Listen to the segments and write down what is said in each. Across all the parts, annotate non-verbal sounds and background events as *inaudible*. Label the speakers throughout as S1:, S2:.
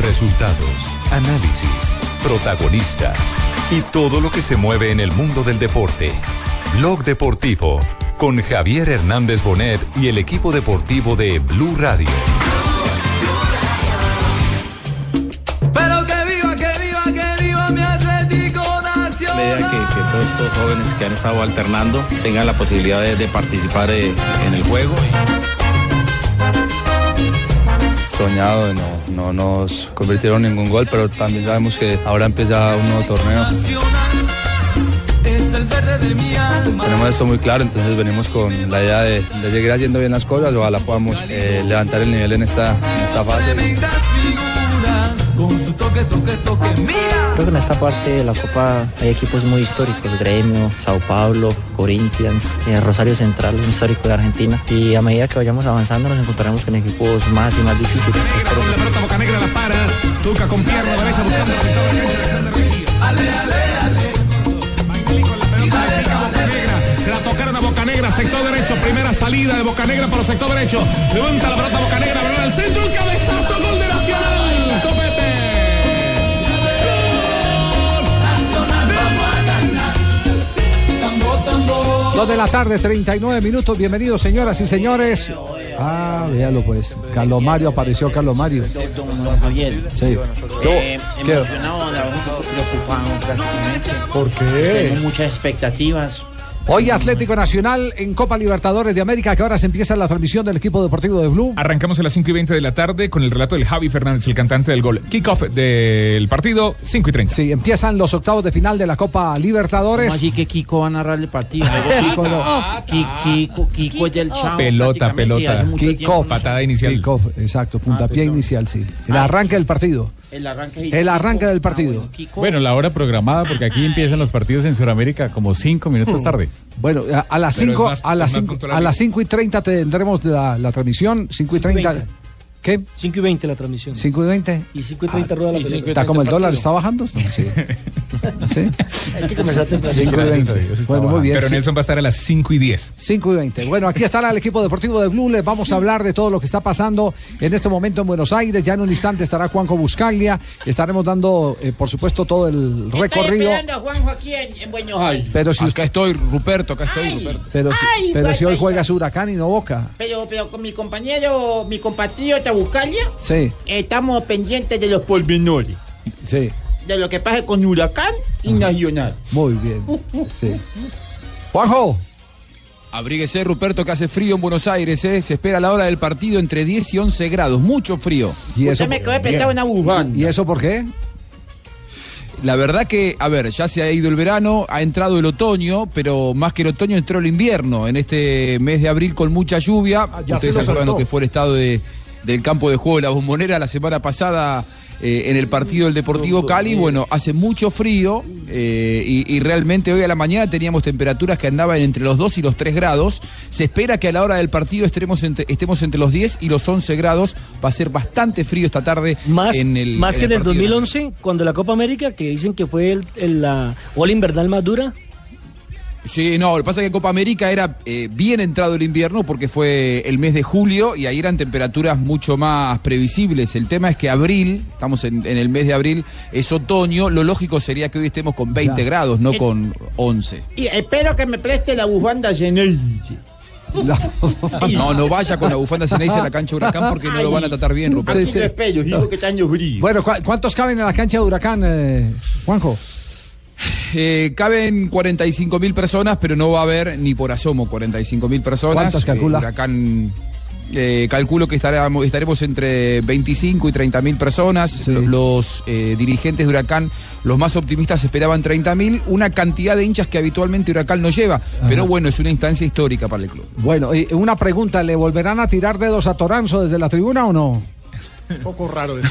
S1: Resultados, análisis, protagonistas y todo lo que se mueve en el mundo del deporte. Blog Deportivo con Javier Hernández Bonet y el equipo deportivo de Blue Radio.
S2: Pero que viva, que viva, que viva mi Atlético Nacional.
S3: La idea que, que todos estos jóvenes que han estado alternando tengan la posibilidad de, de participar eh, en el juego.
S4: soñado, no, no nos convirtieron en ningún gol, pero también sabemos que ahora empieza un nuevo torneo.
S2: Nacional es el verde de mi alma.
S4: Tenemos esto muy claro, entonces venimos con la idea de, de seguir haciendo bien las cosas, ojalá podamos eh, levantar el nivel en esta, en esta fase.
S2: Tremendas figuras con su toque, toque, toque. Mira.
S5: Creo que en esta parte de la Copa hay equipos muy históricos, Gremio, Sao Paulo, Corinthians, eh, Rosario Central, un histórico de Argentina. Y a medida que vayamos avanzando nos encontraremos con equipos más y más difíciles. Espero que-
S6: Se la tocaron a Boca Negra, sector derecho, primera salida de Boca Negra para el sector derecho. Levanta la pelota Boca Negra, balón al centro, un cabezazo, gol de Nacional. Copete.
S7: Dos de la tarde, 39 minutos. Bienvenidos, señoras y señores. Ah, véalo pues. Calomario apareció Calomario.
S8: Don Javier,
S7: Sí.
S8: eh,
S7: ¿Qué?
S8: emocionado, la verdad, un poco preocupado prácticamente.
S7: ¿Por
S8: Tengo
S7: qué?
S8: muchas expectativas.
S7: Hoy Atlético Nacional en Copa Libertadores de América, que ahora se empieza la transmisión del equipo deportivo de Blue.
S6: Arrancamos a las 5 y 20 de la tarde con el relato del Javi Fernández, el cantante del gol. Kickoff del partido, 5 y 30.
S7: Sí, empiezan los octavos de final de la Copa
S8: ¿Cómo
S7: Libertadores. Ah,
S8: así que Kiko va a narrar
S7: *laughs*
S8: el partido? Kiko, Ki- Kiko, Kiko es del Chavo.
S6: Pelota,
S8: prácticamente,
S6: pelota.
S8: hace mucho
S7: Kickoff.
S8: tiempo.
S6: Patada inicial.
S7: Kickoff, exacto, puntapié
S8: perdón.
S7: inicial, sí. El
S8: Ah,
S7: arranque del partido.
S8: El arranque, de-
S7: El arranque del
S8: Ah,
S7: partido.
S8: bueno, Kiko.
S6: la hora programada, porque aquí empiezan los partidos en Sudamérica como 5 minutos tarde.
S7: *laughs* Bueno, a, a las
S6: Pero
S7: 5
S6: es más-
S7: a las
S6: es más
S7: cinco-
S6: puntual,
S7: a
S6: amigo.
S7: las 5 y 30 tendremos la, la transmisión, 5 y 30. ¿Qué?
S9: 5 y 20 la transmisión.
S7: 5 y 20.
S9: Y 5 y 30 rueda la pelota.
S7: Está como el dólar, ¿está bajando? Sí.
S3: *laughs*
S7: ¿Sí?
S9: Hay que comenzar temprano.
S7: 5 y 20. Bueno, muy bien.
S6: Pero
S7: sí.
S6: Nelson va a estar a las 5 y 10.
S7: 5 y 20. Bueno, aquí estará el equipo deportivo de Blue. Les vamos a hablar de todo lo que está pasando en este momento en Buenos Aires. Ya en un instante estará Juanjo Buscaglia. Estaremos dando, eh, por supuesto, todo el
S8: Estoy
S7: recorrido.
S8: esperando a Juanjo aquí en, en Buenos Aires.
S7: Pero si,
S3: Acá estoy, Ruperto, acá estoy,
S8: Ay.
S3: Ruperto.
S7: pero si,
S8: Ay,
S7: pero si hoy
S8: barbaridad.
S7: juegas Huracán y no Boca.
S8: Pero, pero con mi compañero, mi compatriota Buscalia,
S7: Sí,
S8: estamos pendientes de los pormenores.
S7: sí.
S8: De lo que pase con Huracán y Nacional.
S7: Muy bien. Sí. Juanjo.
S3: Abríguese, Ruperto, que hace frío en Buenos Aires, ¿eh? Se espera la hora del partido entre 10 y 11 grados, mucho frío.
S7: ¿Y eso,
S8: Usted me quedó prestado una bufanda.
S7: ¿Y eso por qué?
S3: La verdad que, a ver, ya se ha ido el verano, ha entrado el otoño, pero más que el otoño entró el invierno en este mes de abril con mucha lluvia.
S7: Ah, ya
S3: Ustedes
S7: se
S3: se
S7: lo
S3: acuerdan
S7: saltó.
S3: lo que fue el estado de- del campo de juego de la bombonera la semana pasada eh, en el partido del Deportivo Cali. Bueno, hace mucho frío eh, y, y realmente hoy a la mañana teníamos temperaturas que andaban entre los 2 y los 3 grados. Se espera que a la hora del partido estemos entre, estemos entre los 10 y los 11 grados. Va a ser bastante frío esta tarde
S9: Más,
S3: en el
S9: más que en el
S3: partido nacional.
S9: 2011, cuando la Copa América, que dicen que fue el, el- la ola invernal más dura.
S3: Sí, no, lo que pasa es que Copa América era eh, bien entrado el invierno porque fue el mes de julio y ahí eran temperaturas mucho más previsibles. El tema es que abril, estamos en, en el mes de abril, es otoño, lo lógico sería que hoy estemos con 20
S7: Ya.
S3: grados, no
S8: Eh,
S3: con 11.
S8: Y espero que me preste la bufanda Zeneide. *laughs*
S7: La-
S3: No, no vaya con la bufanda Ceneice a la cancha de Huracán porque no lo van a tratar bien, Rupert.
S8: Aquí
S7: Sí, sí.
S8: lo espero, digo que está en frío.
S7: Bueno, ¿cu- ¿cuántos caben en la cancha de Huracán, eh, Juanjo?
S3: Eh, caben 45 mil personas, pero no va a haber ni por asomo 45 mil personas.
S7: ¿Cuántas calcula?
S3: Eh, Huracán, eh, calculo que estaremos, estaremos entre 25 y 30 mil personas.
S7: Sí.
S3: Lo- Los eh, dirigentes de Huracán, los más optimistas, esperaban 30 mil. Una cantidad de hinchas que habitualmente Huracán no lleva. Pero bueno, es una instancia histórica para el club.
S7: Bueno, y una pregunta, ¿le volverán a tirar dedos a Toranzo desde la tribuna o no?
S10: Un poco raro eso.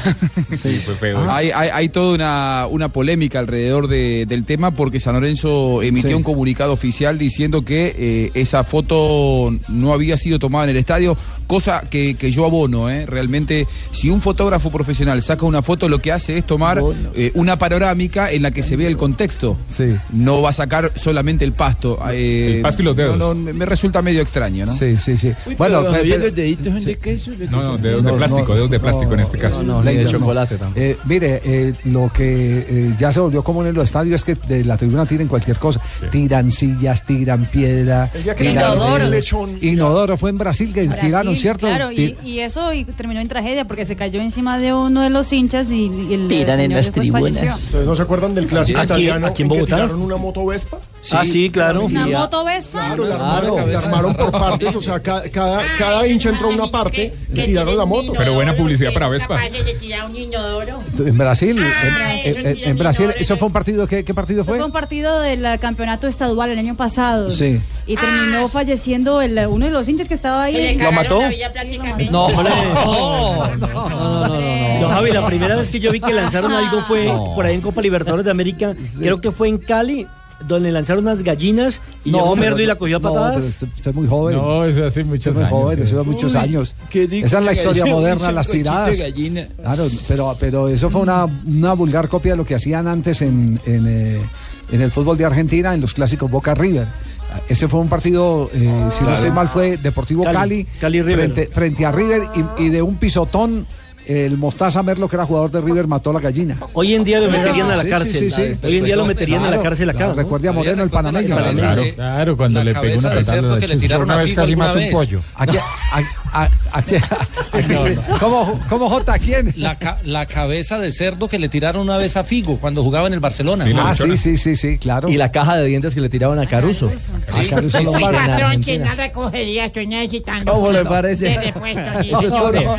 S3: Sí, fue feo. Hay, hay- hay toda una, una polémica alrededor de- del tema porque San Lorenzo emitió un comunicado oficial diciendo que eh, esa foto no había sido tomada en el estadio, cosa que, que yo abono. ¿eh? Realmente, si un fotógrafo profesional saca una foto, lo que hace es tomar eh, una panorámica en la que se vea el contexto.
S7: Eh,
S3: No va a sacar solamente el pasto. eh,
S11: El pasto y los dedos.
S3: no, no, me me resulta medio extraño, ¿no?
S7: Sí, sí, sí.
S12: Uy, pero los dedos, deditos son de queso.
S11: No, no, dedos de plástico, dedos de plástico en este caso.
S7: No, Leider, no. Eh, mire, eh, lo que eh, ya se volvió común en los estadios es que de la tribuna tiran cualquier cosa. Tiran sillas, tiran piedra.
S10: El día que
S7: tiran
S10: tiraron el
S7: dedos.
S10: lechón.
S7: Inodoro, fue en Brasil que
S13: Brasil,
S7: tiraron, ¿cierto?
S13: Claro, y,
S7: Ti-
S13: y eso y terminó en tragedia porque se cayó encima de uno de los hinchas y, y el
S10: Tiran en
S13: el señor
S10: las
S13: después
S10: tribunas.
S13: falleció.
S10: Ustedes no se acuerdan del clásico
S12: Aquí-
S10: italiano
S12: aquí en
S10: en que
S12: Bogotá.
S10: tiraron una moto Vespa.
S12: Ah, sí, claro.
S13: Una
S12: Y a-
S13: moto Vespa.
S10: Claro, la armaron, la armaron por partes, o sea, ca- cada, cada, hincha entró a una parte y tiraron la moto.
S11: Pero buena publicidad para Vespa.
S8: de tirar un inodoro.
S7: En Brasil,
S8: Ah,
S7: en,
S8: eso
S7: en- en-
S8: tiran
S7: en Brasil, ¿eso fue un partido? ¿Qué, qué partido
S13: Fue
S7: fue?
S13: un partido del eh, campeonato estadual el año pasado.
S7: Sí.
S13: Y
S8: Ah.
S13: terminó falleciendo el, eh, uno de los hinchas que estaba ahí.
S9: ¿Lo mató? No, no, no, no, no, no. No, Javi, la primera vez que yo vi que lanzaron algo fue
S12: No.
S9: por ahí en Copa Libertadores de América. Creo que fue en Cali, donde lanzaron unas gallinas y
S7: No,
S9: llegó
S7: pero-
S9: Merdo y la cogió a
S7: no, pero
S9: patadas.
S7: usted, usted es muy joven.
S9: No,
S7: eso hace muchos
S9: años,
S7: Muy joven,
S9: sí.
S7: eso hace muchos
S9: Uy,
S7: años.
S9: qué rico
S7: Esa es la
S9: que
S7: historia
S9: gallina,
S7: moderna,
S9: ese
S7: las
S9: cochito de
S7: tiradas.
S9: gallina.
S7: Claro, pero, pero eso fue una, una vulgar copia de lo que hacían antes en, en, eh, en el fútbol de Argentina, en los clásicos Boca River. Ese fue un partido, eh, si no
S9: Claro.
S7: estoy mal, fue Deportivo
S9: Cali,
S7: Cali,
S9: Cali River.
S7: Frente, frente a River y, y de un pisotón. El Mostaza Merlo, que era jugador de River, mató a la gallina.
S9: Hoy en día lo meterían a la
S7: Ah, Sí, sí,
S9: cárcel.
S7: sí, sí.
S9: Hoy en día lo meterían a la
S7: Claro,
S9: cárcel acá.
S7: claro, Recuerde a Moreno, el panameño.
S11: Claro, cuando le pegó una patada a Chester, una vez casi mata un pollo.
S7: Aquí, a- a- aquí- aquí- ¿Cómo, ¿Cómo Jota? ¿Quién?
S14: La, ca- la cabeza de cerdo que le tiraron una vez a Figo cuando jugaba en el Barcelona.
S7: ah, sí, sí, sí, sí, claro.
S15: Y la caja de dientes que le tiraban a Caruso.
S7: A Caruso
S8: Soy
S7: Lombardi.
S8: patrón, quien la recogería, estoy necesitando.
S7: ¿Cómo le
S8: un-
S7: parece?
S8: De
S7: *laughs*
S8: repuesto, sí,
S7: Eso es
S8: señor.
S7: oro.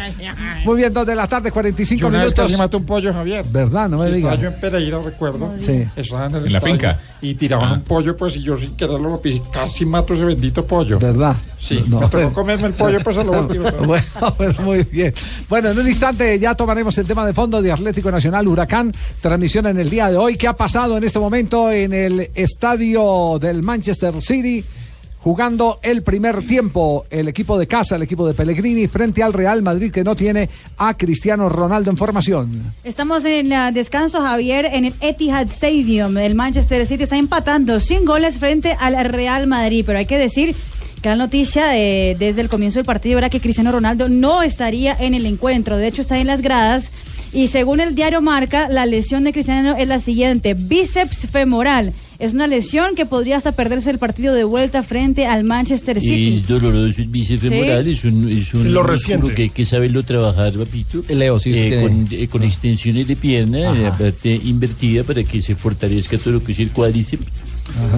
S7: Muy bien, dos de la tarde, 45
S10: Yo una vez
S7: minutos.
S10: casi maté
S7: un pollo, Javier. ¿Verdad? No me
S10: Sí,
S7: digas.
S10: estaba yo en Pereira, recuerdo.
S7: Sí.
S10: Estaba en, el
S7: En la
S10: estadio
S7: finca.
S10: Y tiraban
S7: Ah.
S10: un pollo, pues, y yo sin querer lo pisé. Casi mato ese bendito pollo.
S7: ¿Verdad?
S10: Sí,
S7: No,
S10: me tocó
S7: pero-
S10: comerme el pollo, pues, a lo último.
S7: Bueno, pues muy bien. Bueno, en un instante ya tomaremos el tema de fondo de Atlético Nacional Huracán. Transmisión en el día de hoy. ¿Qué ha pasado en este momento en el estadio del Manchester City? Jugando el primer tiempo, el equipo de casa, el equipo de Pellegrini, frente al Real Madrid que no tiene a Cristiano Ronaldo en formación.
S13: Estamos en ah, descanso, Javier, en el Etihad Stadium. El Manchester City está empatando sin goles frente al Real Madrid. Pero hay que decir que la noticia de- desde el comienzo del partido era que Cristiano Ronaldo no estaría en el encuentro. De hecho, está en las gradas. Y según el diario Marca, la lesión de Cristiano es la siguiente: bíceps femoral. Es una lesión que podría hasta perderse el partido de vuelta frente al Manchester City.
S12: Y es doloroso el bíceps
S13: Sí.
S12: femoral, es un, es un músculo
S13: Lo resiente.
S12: que hay que saberlo trabajar, papito.
S15: Leo, sí, sí tiene.
S12: con, eh, con extensiones de pierna,
S15: Ajá.
S12: eh, la parte invertida para que se fortalezca todo lo que es el cuádriceps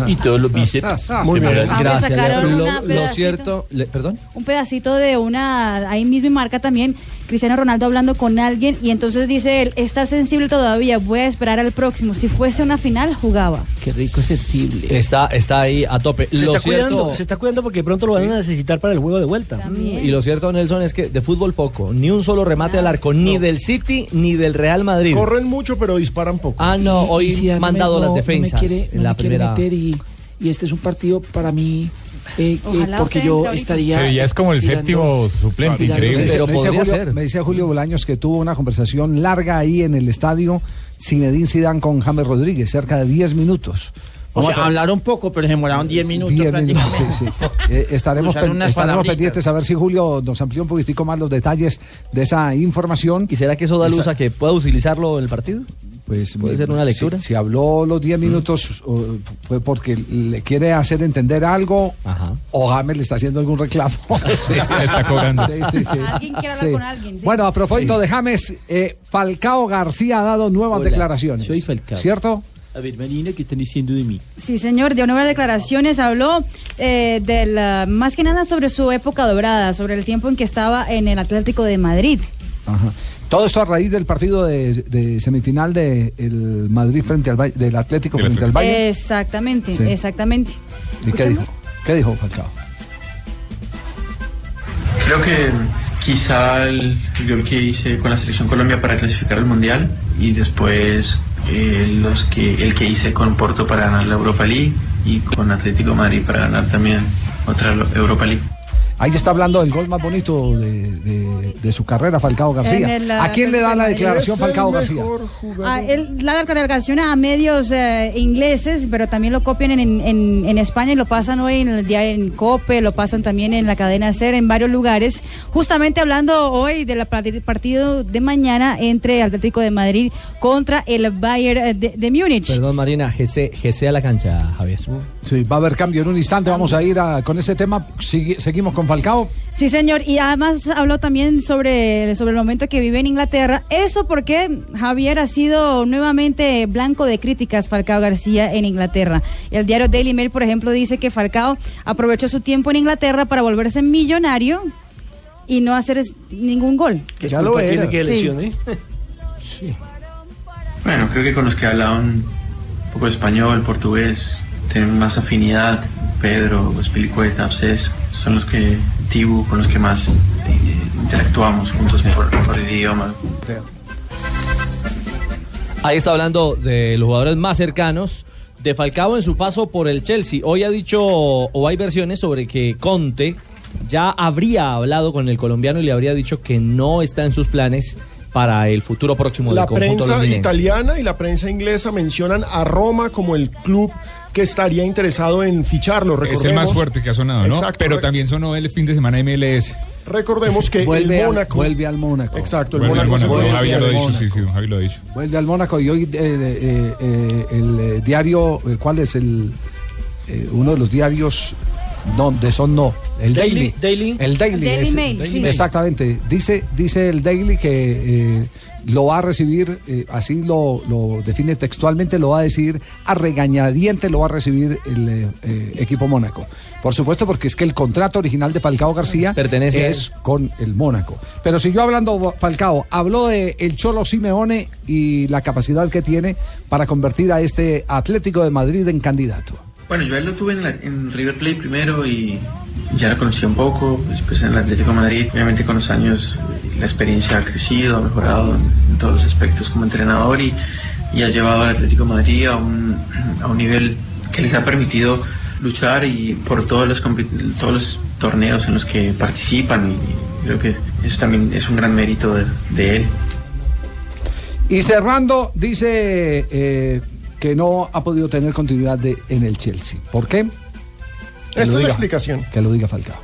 S12: y todos
S16: *laughs*
S12: los bíceps.
S15: Muy bien,
S12: femoral.
S15: gracias.
S13: sacaron
S15: Leo.
S13: una
S15: Lo, lo
S13: pedacito.
S15: cierto, le- perdón.
S13: un pedacito de una, ahí mismo y marca también, Cristiano Ronaldo hablando con alguien y entonces dice él, está sensible todavía, voy a esperar al próximo. Si fuese una final, jugaba.
S15: Qué rico este sensible. Está, está ahí a tope.
S9: Se
S15: lo
S9: está,
S15: cierto,
S9: cuidando, se está cuidando porque pronto lo van a necesitar para el juego de vuelta.
S15: Y lo cierto, Nelson, es que de fútbol poco. Ni un solo remate al arco, ni del City, ni del Real Madrid.
S10: Corren mucho, pero disparan poco.
S15: Ah, no, hoy mandado las defensas. en la primera.
S16: y, y este es un partido para mí eh, eh,
S7: Ojalá
S16: porque
S7: usted
S16: yo
S7: entre ahorita.
S16: estaría
S11: Pero ya es como el
S16: tirando-
S11: séptimo suplente,
S16: tirando-
S11: increíble.
S7: Me dice-
S11: Pero
S7: me dice
S11: podría
S7: Julio-
S11: ser.
S7: Me dice Julio Bolaños que tuvo una conversación larga ahí en el estadio Zinedine Zidane con James Rodríguez, cerca de 10 minutos.
S8: O sea,
S7: Vamos a-
S8: hablaron poco, pero se demoraron 10 minutos.
S7: 10 minutos,
S8: prácticamente.
S7: sí, sí. Eh, estaremos
S8: Usaron
S7: pen-
S8: unas
S7: estaremos
S8: palabritas.
S7: pendientes a ver si Julio nos amplió un poquitico más los detalles de esa información.
S15: ¿Y será que eso da luz a que pueda utilizarlo en el partido?
S7: Pues,
S15: ¿Puede
S7: me-
S15: ser una
S7: si-
S15: lectura? Mm.
S7: Si, habló los 10 minutos o, fue porque le quiere hacer entender algo o James le está haciendo algún reclamo.
S11: Está- está cobrando.
S7: Sí, sí, sí.
S13: Alguien quiere hablar
S7: Sí.
S13: con alguien. sí.
S7: Bueno, a propósito de James, eh, Falcao García ha dado nuevas
S12: Hola,
S7: declaraciones.
S12: soy Falcao.
S7: ¿Cierto?
S12: A ver, Marina, ¿qué están diciendo de mí?
S13: Sí, señor, dio nuevas declaraciones, habló eh, de la- más que nada sobre su época dorada, sobre el tiempo en que estaba en el Atlético de Madrid.
S7: Ajá. Todo esto a raíz del partido de, de semifinal de el Madrid frente al Bay- del Atlético frente al
S13: Eh,
S7: Bayern.
S13: Exactamente,
S7: Sí.
S13: exactamente.
S7: ¿Y qué dijo? ¿Qué dijo Falcao?
S17: Creo que
S18: quizá el gol que hice con la selección Colombia para clasificar al mundial y después eh, los que el que hice con Porto para ganar la Europa League y con Atlético de Madrid para ganar también otra Europa League.
S7: Ahí está hablando del gol más bonito de, de- de su carrera, Falcao García.
S13: En el,
S7: ¿A quién le da la
S13: eh,
S7: declaración
S13: Es el
S7: Falcao García?
S13: Ah, él la declaración a medios eh, ingleses, pero también lo copian en, en- en España y lo pasan hoy en el diario en Cope, lo pasan también en la cadena SER, en varios lugares. Justamente hablando hoy del partido de mañana entre Atlético de Madrid contra el Bayern eh, de, de Múnich.
S15: Perdón, Marina, GC, GC a la cancha, Javier.
S7: Sí, va a haber cambio en un instante. Vamos a ir a- con ese tema. Sigue- seguimos con Falcao.
S13: Sí, señor. Y además habló también sobre, sobre el momento que vive en Inglaterra. Eso porque Javier ha sido nuevamente blanco de críticas Falcao García en Inglaterra. El diario Daily Mail, por ejemplo, dice que Falcao aprovechó su tiempo en Inglaterra para volverse millonario y no hacer es- ningún gol.
S18: ¿Qué Ya lo culpa era. tiene que
S13: Sí.
S18: lesione? Bueno, creo que con los que hablaban un poco de español, portugués, tienen más afinidad. Pedro, Spilicueta, Absés, son los que, Tibu, con los que más eh, interactuamos juntos por, por el idioma.
S15: Ahí está hablando de los jugadores más cercanos de Falcao en su paso por el Chelsea. Hoy ha dicho, o hay versiones sobre que Conte ya habría hablado con el colombiano y le habría dicho que no está en sus planes para el futuro próximo del
S10: La
S15: conjunto
S10: prensa
S15: londinense.
S10: italiana y la prensa inglesa mencionan a Roma como el club que estaría interesado en ficharlo.
S11: Es
S10: Recordemos,
S11: el más fuerte que ha sonado, ¿no?
S10: Exacto,
S11: Pero
S10: rec-
S11: también sonó el fin de semana MLS.
S10: Recordemos que
S7: Vuelve
S10: el
S7: al-
S10: Mónaco.
S7: vuelve al Mónaco.
S10: Exacto, el
S11: Bueno,
S10: Mónaco.
S11: bueno,
S10: se
S11: bueno,
S10: puede
S11: Javi
S10: desviar
S11: lo ha
S10: del
S11: dicho,
S10: Mónaco.
S11: sí, sí, don Javi lo ha dicho.
S7: Vuelve al Mónaco y hoy eh, eh, eh, el eh, diario, eh, ¿cuál es el eh, uno de los diarios donde son no? El Daily.
S19: Daily- Daily.
S7: El Daily.
S19: El Daily
S7: ese.
S19: Mail, Daily sí. Mail.
S7: Exactamente. Dice, dice el Daily que eh, lo va a recibir, eh, así lo, lo define textualmente, lo va a decir a regañadiente, lo va a recibir el eh, eh, equipo Mónaco. Por supuesto, porque es que el contrato original de Falcao García
S15: Pertenece a
S7: es
S15: él.
S7: con el Mónaco. Pero siguió hablando Falcao, habló de el Cholo Simeone y la capacidad que tiene para convertir a este Atlético de Madrid en candidato.
S18: Bueno, yo a él lo tuve en, la- en River Plate primero y ya lo conocí un poco, después en el Atlético de Madrid, obviamente con los años eh, la experiencia ha crecido, ha mejorado en, en todos los aspectos como entrenador y, y ha llevado al Atlético de Madrid a un, *clears throat* a un nivel que les ha permitido luchar y por todos los, compi- todos los torneos en los que participan y, y creo que eso también es un gran mérito de- de él.
S7: Y cerrando, dice eh, que no ha podido tener continuidad de- en el Chelsea. ¿Por qué?
S10: Esta es la explicación.
S7: Que lo diga Falcao.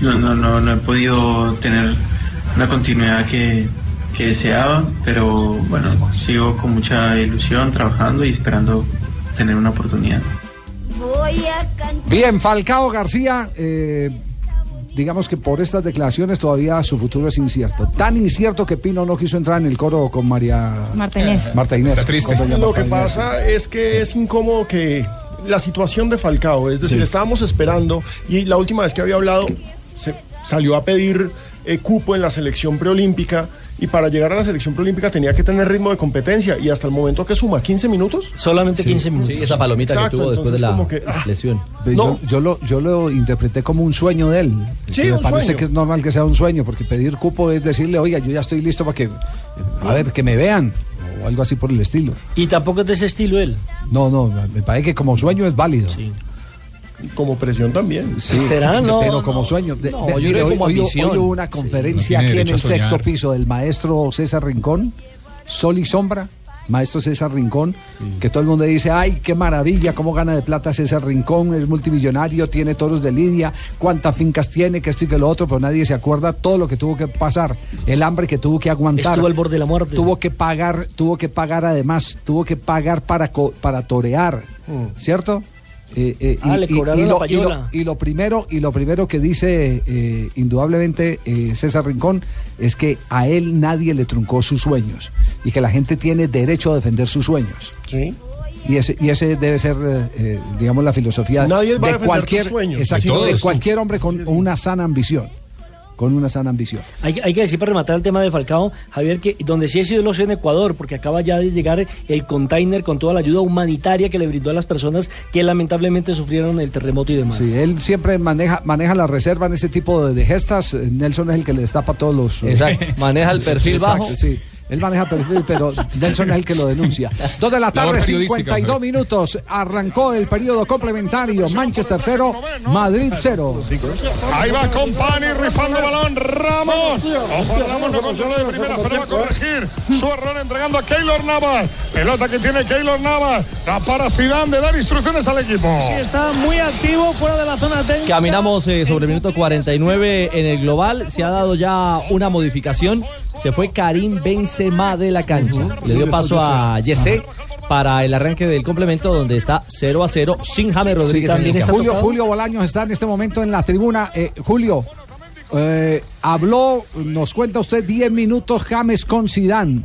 S18: No, no, no, no he podido tener una continuidad que, que deseaba, pero bueno, sigo con mucha ilusión trabajando y esperando tener una oportunidad.
S7: Bien, Falcao García, eh, digamos que por estas declaraciones todavía su futuro es incierto. Tan incierto que Pino no quiso entrar en el coro con María
S13: Marta Inés.
S7: Eh, Marta Inés. con doña
S10: Lo que
S7: Marta Inés.
S10: pasa es que es incómodo que la situación de Falcao, es decir,
S7: Sí.
S10: estábamos esperando y la última vez que había hablado se salió a pedir eh, cupo en la selección preolímpica y para llegar a la selección preolímpica tenía que tener ritmo de competencia y hasta el momento que suma 15 minutos.
S15: Solamente Sí. 15 minutos. Sí, esa palomita que tuvo después de la
S10: ah.
S15: lesión.
S7: Yo, yo lo, yo lo interpreté como un sueño de él.
S10: Sí,
S7: que me
S10: un
S7: parece
S10: sueño.
S7: que es normal que sea un sueño, porque pedir cupo es decirle, oiga, yo ya estoy listo para que, eh, a ver, que me vean, o algo así por el estilo.
S19: Y tampoco es de ese estilo él.
S7: No, no, me parece que como sueño es válido.
S10: Como presión también.
S7: Sí,
S19: ¿Será? No,
S7: pero
S19: no.
S7: como sueño. De-
S19: No,
S7: de-
S19: yo
S7: mire,
S19: creo
S7: hoy,
S19: como
S7: hoy- hoy
S19: ambición.
S7: hubo una
S19: Sí.
S7: conferencia
S19: No tiene
S7: aquí en
S19: derecho
S7: el
S19: a soñar.
S7: sexto piso del maestro César Rincón, Sol y Sombra. Maestro César Rincón, que todo el mundo dice, ay, qué maravilla, cómo gana de plata César Rincón, es multimillonario, tiene toros de lidia, cuántas fincas tiene, que esto y que lo otro, pero nadie se acuerda todo lo que tuvo que pasar, el hambre que tuvo que aguantar.
S19: Estuvo al borde de la muerte.
S7: Tuvo que pagar, tuvo que pagar además, tuvo que pagar para, co- para torear,
S19: Mm.
S7: ¿cierto? Eh, eh,
S19: Ah, le cobraron la
S7: lo, lo-
S19: payola.
S7: y lo primero y lo primero que dice eh, indudablemente eh, César Rincón es que a él nadie le truncó sus sueños y que la gente tiene derecho a defender sus sueños. Y ese, y ese debe ser, eh, eh, digamos, la filosofía
S10: Nadie va a
S7: de
S10: defender
S7: cualquier
S10: tus sueños,
S7: exacto,
S10: sino
S7: de
S10: de-
S7: cualquier hombre con una sana ambición. con una sana ambición.
S19: Hay, hay que decir para rematar el tema de Falcao, Javier, que donde sí ha sido es en Ecuador, porque acaba ya de llegar el container con toda la ayuda humanitaria que le brindó a las personas que lamentablemente sufrieron el terremoto y demás.
S7: Sí, él siempre maneja, maneja la reserva en ese tipo de, de gestas. Eh, Nelson es el que le destapa todos los. eh,
S15: Exacto, maneja el perfil
S7: Exacto,
S15: bajo.
S7: sí. Él maneja perfil, pero Nelson es el que lo denuncia. Dos de la
S15: Labor
S7: tarde,
S15: periodística,
S7: 52
S15: Alfredo.
S7: minutos. Arrancó el periodo complementario. Manchester 0, Madrid 0.
S20: Ahí va Compani rifando balón. Ramos. Ojo, Ramos no controló de primera, pero va a corregir su error entregando a Keylor Navas. Pelota que tiene Keylor Navas. La para Zidane de dar instrucciones al equipo.
S1: Sí, está muy activo fuera de la zona técnica.
S15: Caminamos eh, sobre el minuto 49 en el global. Se ha dado ya una modificación. Se fue Karim Benzema de la cancha. Le dio paso a Yese para el arranque del complemento donde está 0 a 0 sin James Rodríguez. en
S7: Julio,
S15: línea.
S7: Julio, Bolaños está en este momento en la tribuna. Eh, Julio, eh, habló, nos cuenta usted 10 minutos James con Sidán.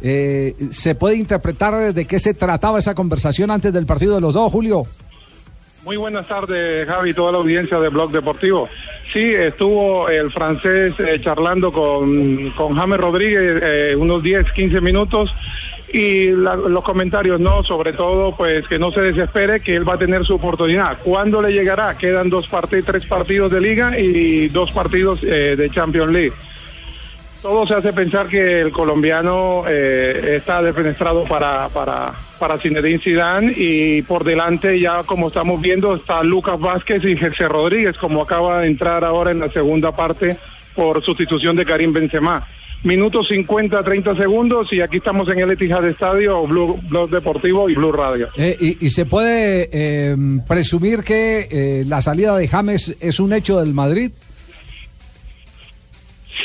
S7: ¿Se puede interpretar de qué se trataba esa conversación antes del partido de los dos, Julio?
S21: Muy buenas tardes, Javi, toda la audiencia de Blog Deportivo. Sí, estuvo el francés eh, charlando con, con James Rodríguez eh, unos 10, 15 minutos y la- los comentarios, no, sobre todo, pues que no se desespere, que él va a tener su oportunidad. ¿Cuándo le llegará? Quedan dos partidos, tres partidos de liga y dos partidos eh, de Champions League. Todo se hace pensar que el colombiano eh, está defenestrado para, para, para Zinedine Zidane y por delante ya como estamos viendo está Lucas Vázquez y Jesse Rodríguez como acaba de entrar ahora en la segunda parte por sustitución de Karim Benzema. Minutos 50, 30 segundos y aquí estamos en el Etihad Estadio, Blue, Blog Deportivo y Blue Radio.
S7: Eh, y, y se puede eh, presumir que eh, la salida de James es un hecho del Madrid?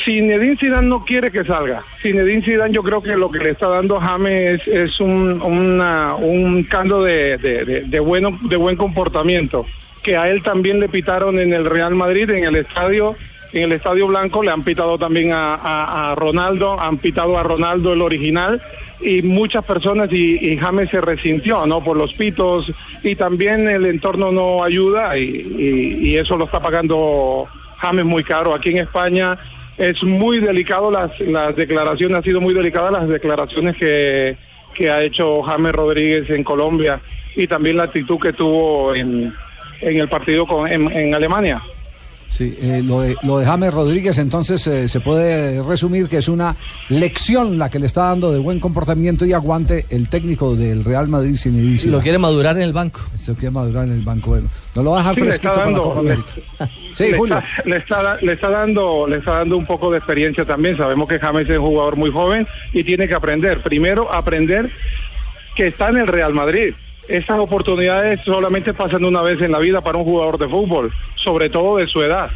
S21: Zinedine Zidane no quiere que salga. Zinedine Zidane yo creo que lo que le está dando a James es, es un, una- un cando de, de- de- de bueno, de buen comportamiento. Que a él también le pitaron en el Real Madrid, en el estadio, en el Estadio Blanco, le han pitado también a, a- a Ronaldo, han pitado a Ronaldo el original y muchas personas y, y James se resintió, ¿no? Por los pitos y también el entorno no ayuda y, y- y eso lo está pagando James muy caro. Aquí en España es muy delicado las, las declaraciones, han sido muy delicadas las declaraciones que, que ha hecho James Rodríguez en Colombia y también la actitud que tuvo en, en el partido con, en- en Alemania.
S7: Sí, eh, lo, de, lo de James Rodríguez entonces eh, se puede resumir que es una lección la que le está dando de buen comportamiento y aguante el técnico del Real Madrid sin
S15: Y lo quiere madurar en el banco.
S7: Se quiere madurar en el banco. Bueno, no lo va a dejar
S21: Sí, le está
S7: fresquito para la
S21: dando,
S7: Copa
S21: le-
S7: América. Sí,
S21: le
S7: Julio.
S21: Está, le, está, da- le está dando, le está dando un poco de experiencia también. Sabemos que James es un jugador muy joven y tiene que aprender. Primero, aprender que está en el Real Madrid. Esas oportunidades solamente pasan una vez en la vida para un jugador de fútbol, sobre todo de su edad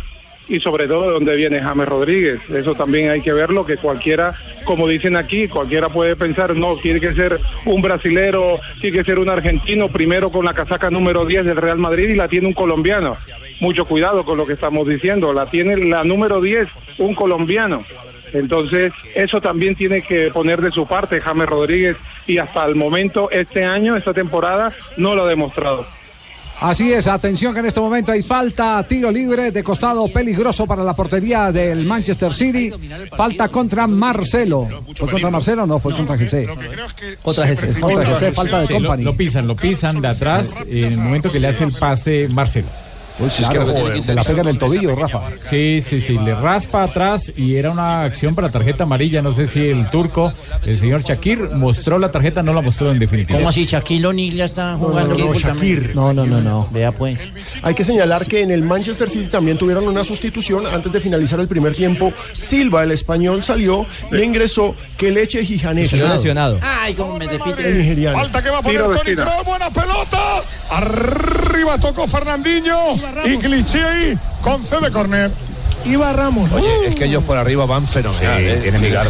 S21: y sobre todo de dónde viene James Rodríguez. Eso también hay que verlo, que cualquiera, como dicen aquí, cualquiera puede pensar, no, tiene que ser un brasilero, tiene que ser un argentino, primero con la casaca número 10 del Real Madrid y la tiene un colombiano. Mucho cuidado con lo que estamos diciendo, la tiene la número 10 un colombiano. Entonces, eso también tiene que poner de su parte James Rodríguez y hasta el momento, este año, esta temporada, no lo ha demostrado.
S7: Así es, atención que en este momento hay falta, tiro libre de costado peligroso para la portería del Manchester City. Falta contra Marcelo. ¿Fue contra Marcelo o no? Fue contra Jesse.
S11: Otra
S7: Jesse. Contra Jesse, falta de
S11: lo,
S7: company.
S11: lo pisan, lo pisan de atrás en el momento que le hace el pase Marcelo.
S7: Claro, joder, se la pega en el tobillo, Rafa.
S11: Sí, sí, sí, le raspa atrás y era una acción para tarjeta amarilla. No sé si el turco, el señor Shakir, mostró la tarjeta, no la mostró en definitiva.
S12: Como si Shaquille O'Neal ya está jugando
S11: no, no,
S12: fútbol también.
S10: No, no, no, no.
S12: Vea pues.
S10: Hay que señalar que en el Manchester City también tuvieron una sustitución antes de finalizar el primer tiempo. Silva, el español, salió y ingresó Keleche Gijanés.
S15: Salió lesionado.
S12: Ay, cómo me despide.
S10: El nigeriano.
S20: Falta que va a poner
S10: Tiro de
S20: Toni
S10: esquina.
S20: Kroos, buena pelota. Arriba tocó Fernandinho y Cliché ahí concede corner.
S1: Iba Ramos.
S22: Es que ellos por arriba van fenomenal. ¿eh?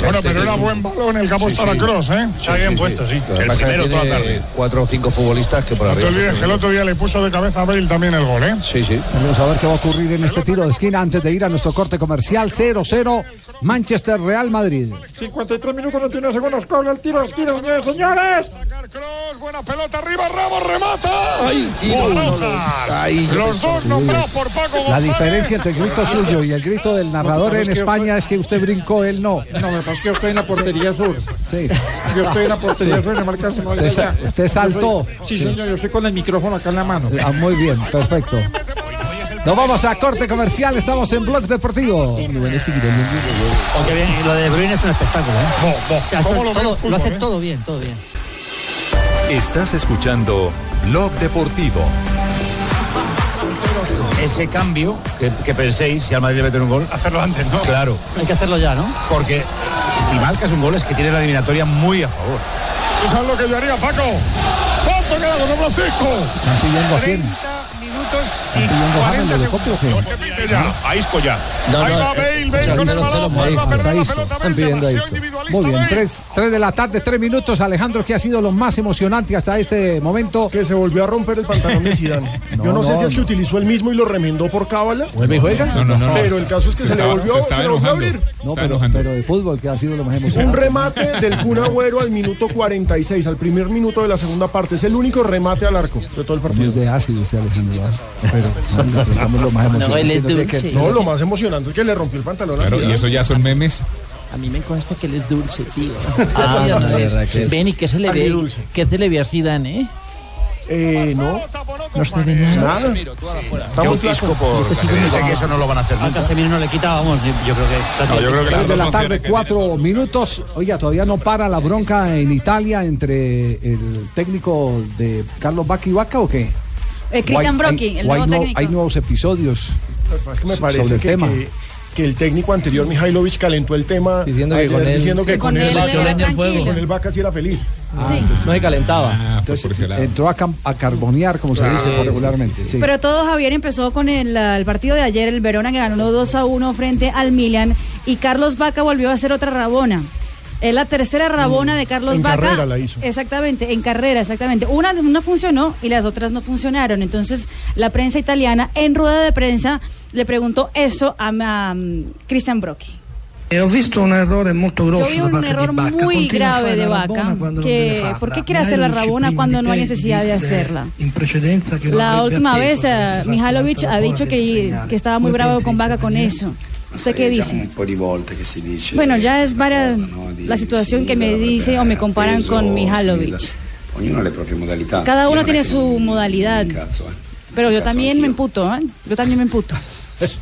S20: Bueno, pero era buen balón el que apostaba
S22: Sí, sí.
S20: Cross, ¿eh? Está bien puesto, sí.
S22: Lo que
S20: El
S22: pasa es que
S20: primero toda la
S22: tiene
S20: tarde.
S22: Cuatro o cinco futbolistas que por
S20: No te
S22: arriba.
S20: olvides que el otro día le puso de cabeza a Bale también el gol, ¿eh?
S22: Sí, sí.
S7: Vamos a ver qué va a ocurrir en este tiro de esquina antes de ir a nuestro corte comercial 0-0 Manchester Real Madrid.
S20: 53 minutos, 29 segundos. Cobra el tiro, tiros, señores.
S23: Los dos nombrados por Paco
S7: La
S23: González.
S7: diferencia entre el grito suyo y el grito del narrador
S23: pero
S7: en
S23: es que
S7: España es que usted brincó, él no.
S1: No, me pasa que yo estoy en la portería sur.
S7: Sí.
S1: Yo estoy en la portería
S7: Sí.
S1: sur, no me alcanza. no,
S7: Usted
S1: ya,
S7: sa-
S1: ya.
S7: usted
S1: Yo soy-
S7: saltó.
S1: Sí,
S7: Sí.
S1: señor, yo estoy con el micrófono acá en la mano.
S7: Ah, muy bien, perfecto. Nos vamos a corte comercial, estamos en Blog Deportivo.
S24: Aunque bien, lo de De Bruyne es un espectáculo, ¿eh? O sea, eso
S23: ¿Cómo lo ve el
S24: todo-
S23: fútbol,
S24: lo hace
S23: eh?
S24: todo bien, todo bien.
S25: Estás escuchando Blog Deportivo.
S22: Ese cambio que, que penséis, si al Madrid le meten un gol, hacerlo antes, ¿no? Claro.
S24: Hay que hacerlo ya, ¿no?
S22: Porque si marcas un gol es que tienes la eliminatoria muy a favor.
S20: ¿Tú sabes lo que yo haría, Paco? ¿Cuánto queda con número 5?
S7: ¿Están pidiendo a quién?
S20: Minutos
S7: ¿Están pidiendo a Haaland de Eurocopa o qué? eh,
S20: y ya. A Isco ya. Ahí va Bale, Bale con el balón. vuelve a perder la pelota. Bale demasiado individualista.
S7: Muy bien,
S20: Bale.
S7: 3, de la tarde, 3 minutos. Alejandro, que ha sido lo más emocionante hasta este momento?
S10: Que se volvió a romper el pantalón de Zidane. Yo no, sé si es que utilizó el mismo y lo remendó por cábala.
S7: ¿Vuelve y juega?
S10: No, no, no. Pero el caso es que se, le volvió, se le volvió a abrir.
S7: No, pero, pero de fútbol, que ha sido lo más emocionante.
S10: Un remate del Kun Agüero al minuto 46, al primer minuto de la segunda parte. Es el único remate al arco de todo el partido.
S7: de ácido usted, Alejandro. ¿ah? *laughs* Pero, no, pero estamos lo más
S10: No,
S7: emocionante.
S10: lo más emocionante es que le rompió el pantalón. a Zidane.
S11: ya son memes.
S12: A mí me consta que él es dulce, tío.
S10: Ah,
S12: Tío,
S10: no,
S12: no es-
S10: Raquel.
S12: Ven y que se le ve.
S10: Agridulce.
S12: ¿Qué se le ve a Zidane, eh?
S10: Eh, no.
S12: No se le ve nada.
S10: Nada.
S12: Yo
S22: un
S12: fisco
S22: por Casemiro. Sé que eso no lo van a hacer
S12: A
S22: nunca.
S12: Casemiro no le quita, vamos, yo creo que...
S22: No, yo creo que
S7: Tres de
S22: las dos
S7: la
S22: opciones
S7: tarde, cuatro minutos. Oiga, todavía no para la bronca en Italia entre el técnico de Carlos Bacchi Vaca o qué?
S13: Eh, Christian Brocchi, el
S7: o hay
S13: nuevo
S7: nuevo-
S13: técnico.
S7: Hay nuevos episodios.
S10: Lo que pasa es que me
S7: So-
S10: parece
S7: sobre el
S10: que,
S7: tema.
S10: que- que el técnico anterior, Mihailovic, calentó el tema diciendo
S15: que con él-
S10: diciendo
S15: Sí,
S10: que
S15: con
S10: con él
S15: él
S10: Vaca-
S15: era
S10: con él
S15: tranquilo.
S10: Vaca sí era feliz.
S15: No se
S12: Ah,
S15: calentaba.
S7: Entró a, cam- a carbonear, como se
S15: Ah,
S7: dice
S15: sí, sí,
S7: regularmente. sí.
S13: Pero todo, Javier, empezó con el, ah, el partido de ayer, el Verona que ganó 2 a 1 frente al Milan y Carlos Vaca volvió a hacer otra rabona. Es la tercera rabona de Carlos
S10: en
S13: Vaca.
S10: carrera la hizo.
S13: Exactamente, en carrera, exactamente. Una no funcionó y las otras no funcionaron. Entonces, la prensa italiana en rueda de prensa le preguntó eso a, a, mm, Christian Brocchi.
S26: E ho visto un errore molto
S13: Yo
S26: grosso
S13: vi
S26: da
S13: un
S26: parte
S13: error
S26: di Bacca.
S13: muy
S26: Continua a fare
S13: grave de
S26: la rabona
S13: Vaca,
S26: quando non deve
S13: que
S26: farla.
S13: ¿por qué quiere hacer la
S26: Mihailovic
S13: rabona
S26: prima
S13: cuando
S26: di
S13: no hay
S26: te
S13: necesidad de
S26: disse
S13: hacerla?
S26: In precedenza che lo
S13: La
S26: avrebbe
S13: última
S26: atteso
S13: vez
S26: se avesse
S13: eh,
S26: fatto
S13: Mihailovic
S26: un'altra
S13: ha
S26: cosa
S13: dicho
S26: del
S13: que,
S26: segnale.
S13: que estaba muy
S26: Voi
S13: bravo
S26: pensate
S13: con Vaca con eso. ¿Usted qué dice?
S27: Un po' di volte che si dice.
S13: Bueno, ya es varias la situación que me dice o me comparan con Mihailovic.
S27: Ognuno ha le proprie modalità.
S13: Cada uno
S27: Io non è
S13: tiene
S27: che
S13: su modalidad,
S27: cazzo, eh.
S13: pero yo también me emputo, ¿eh? Yo también me emputo.
S19: pues,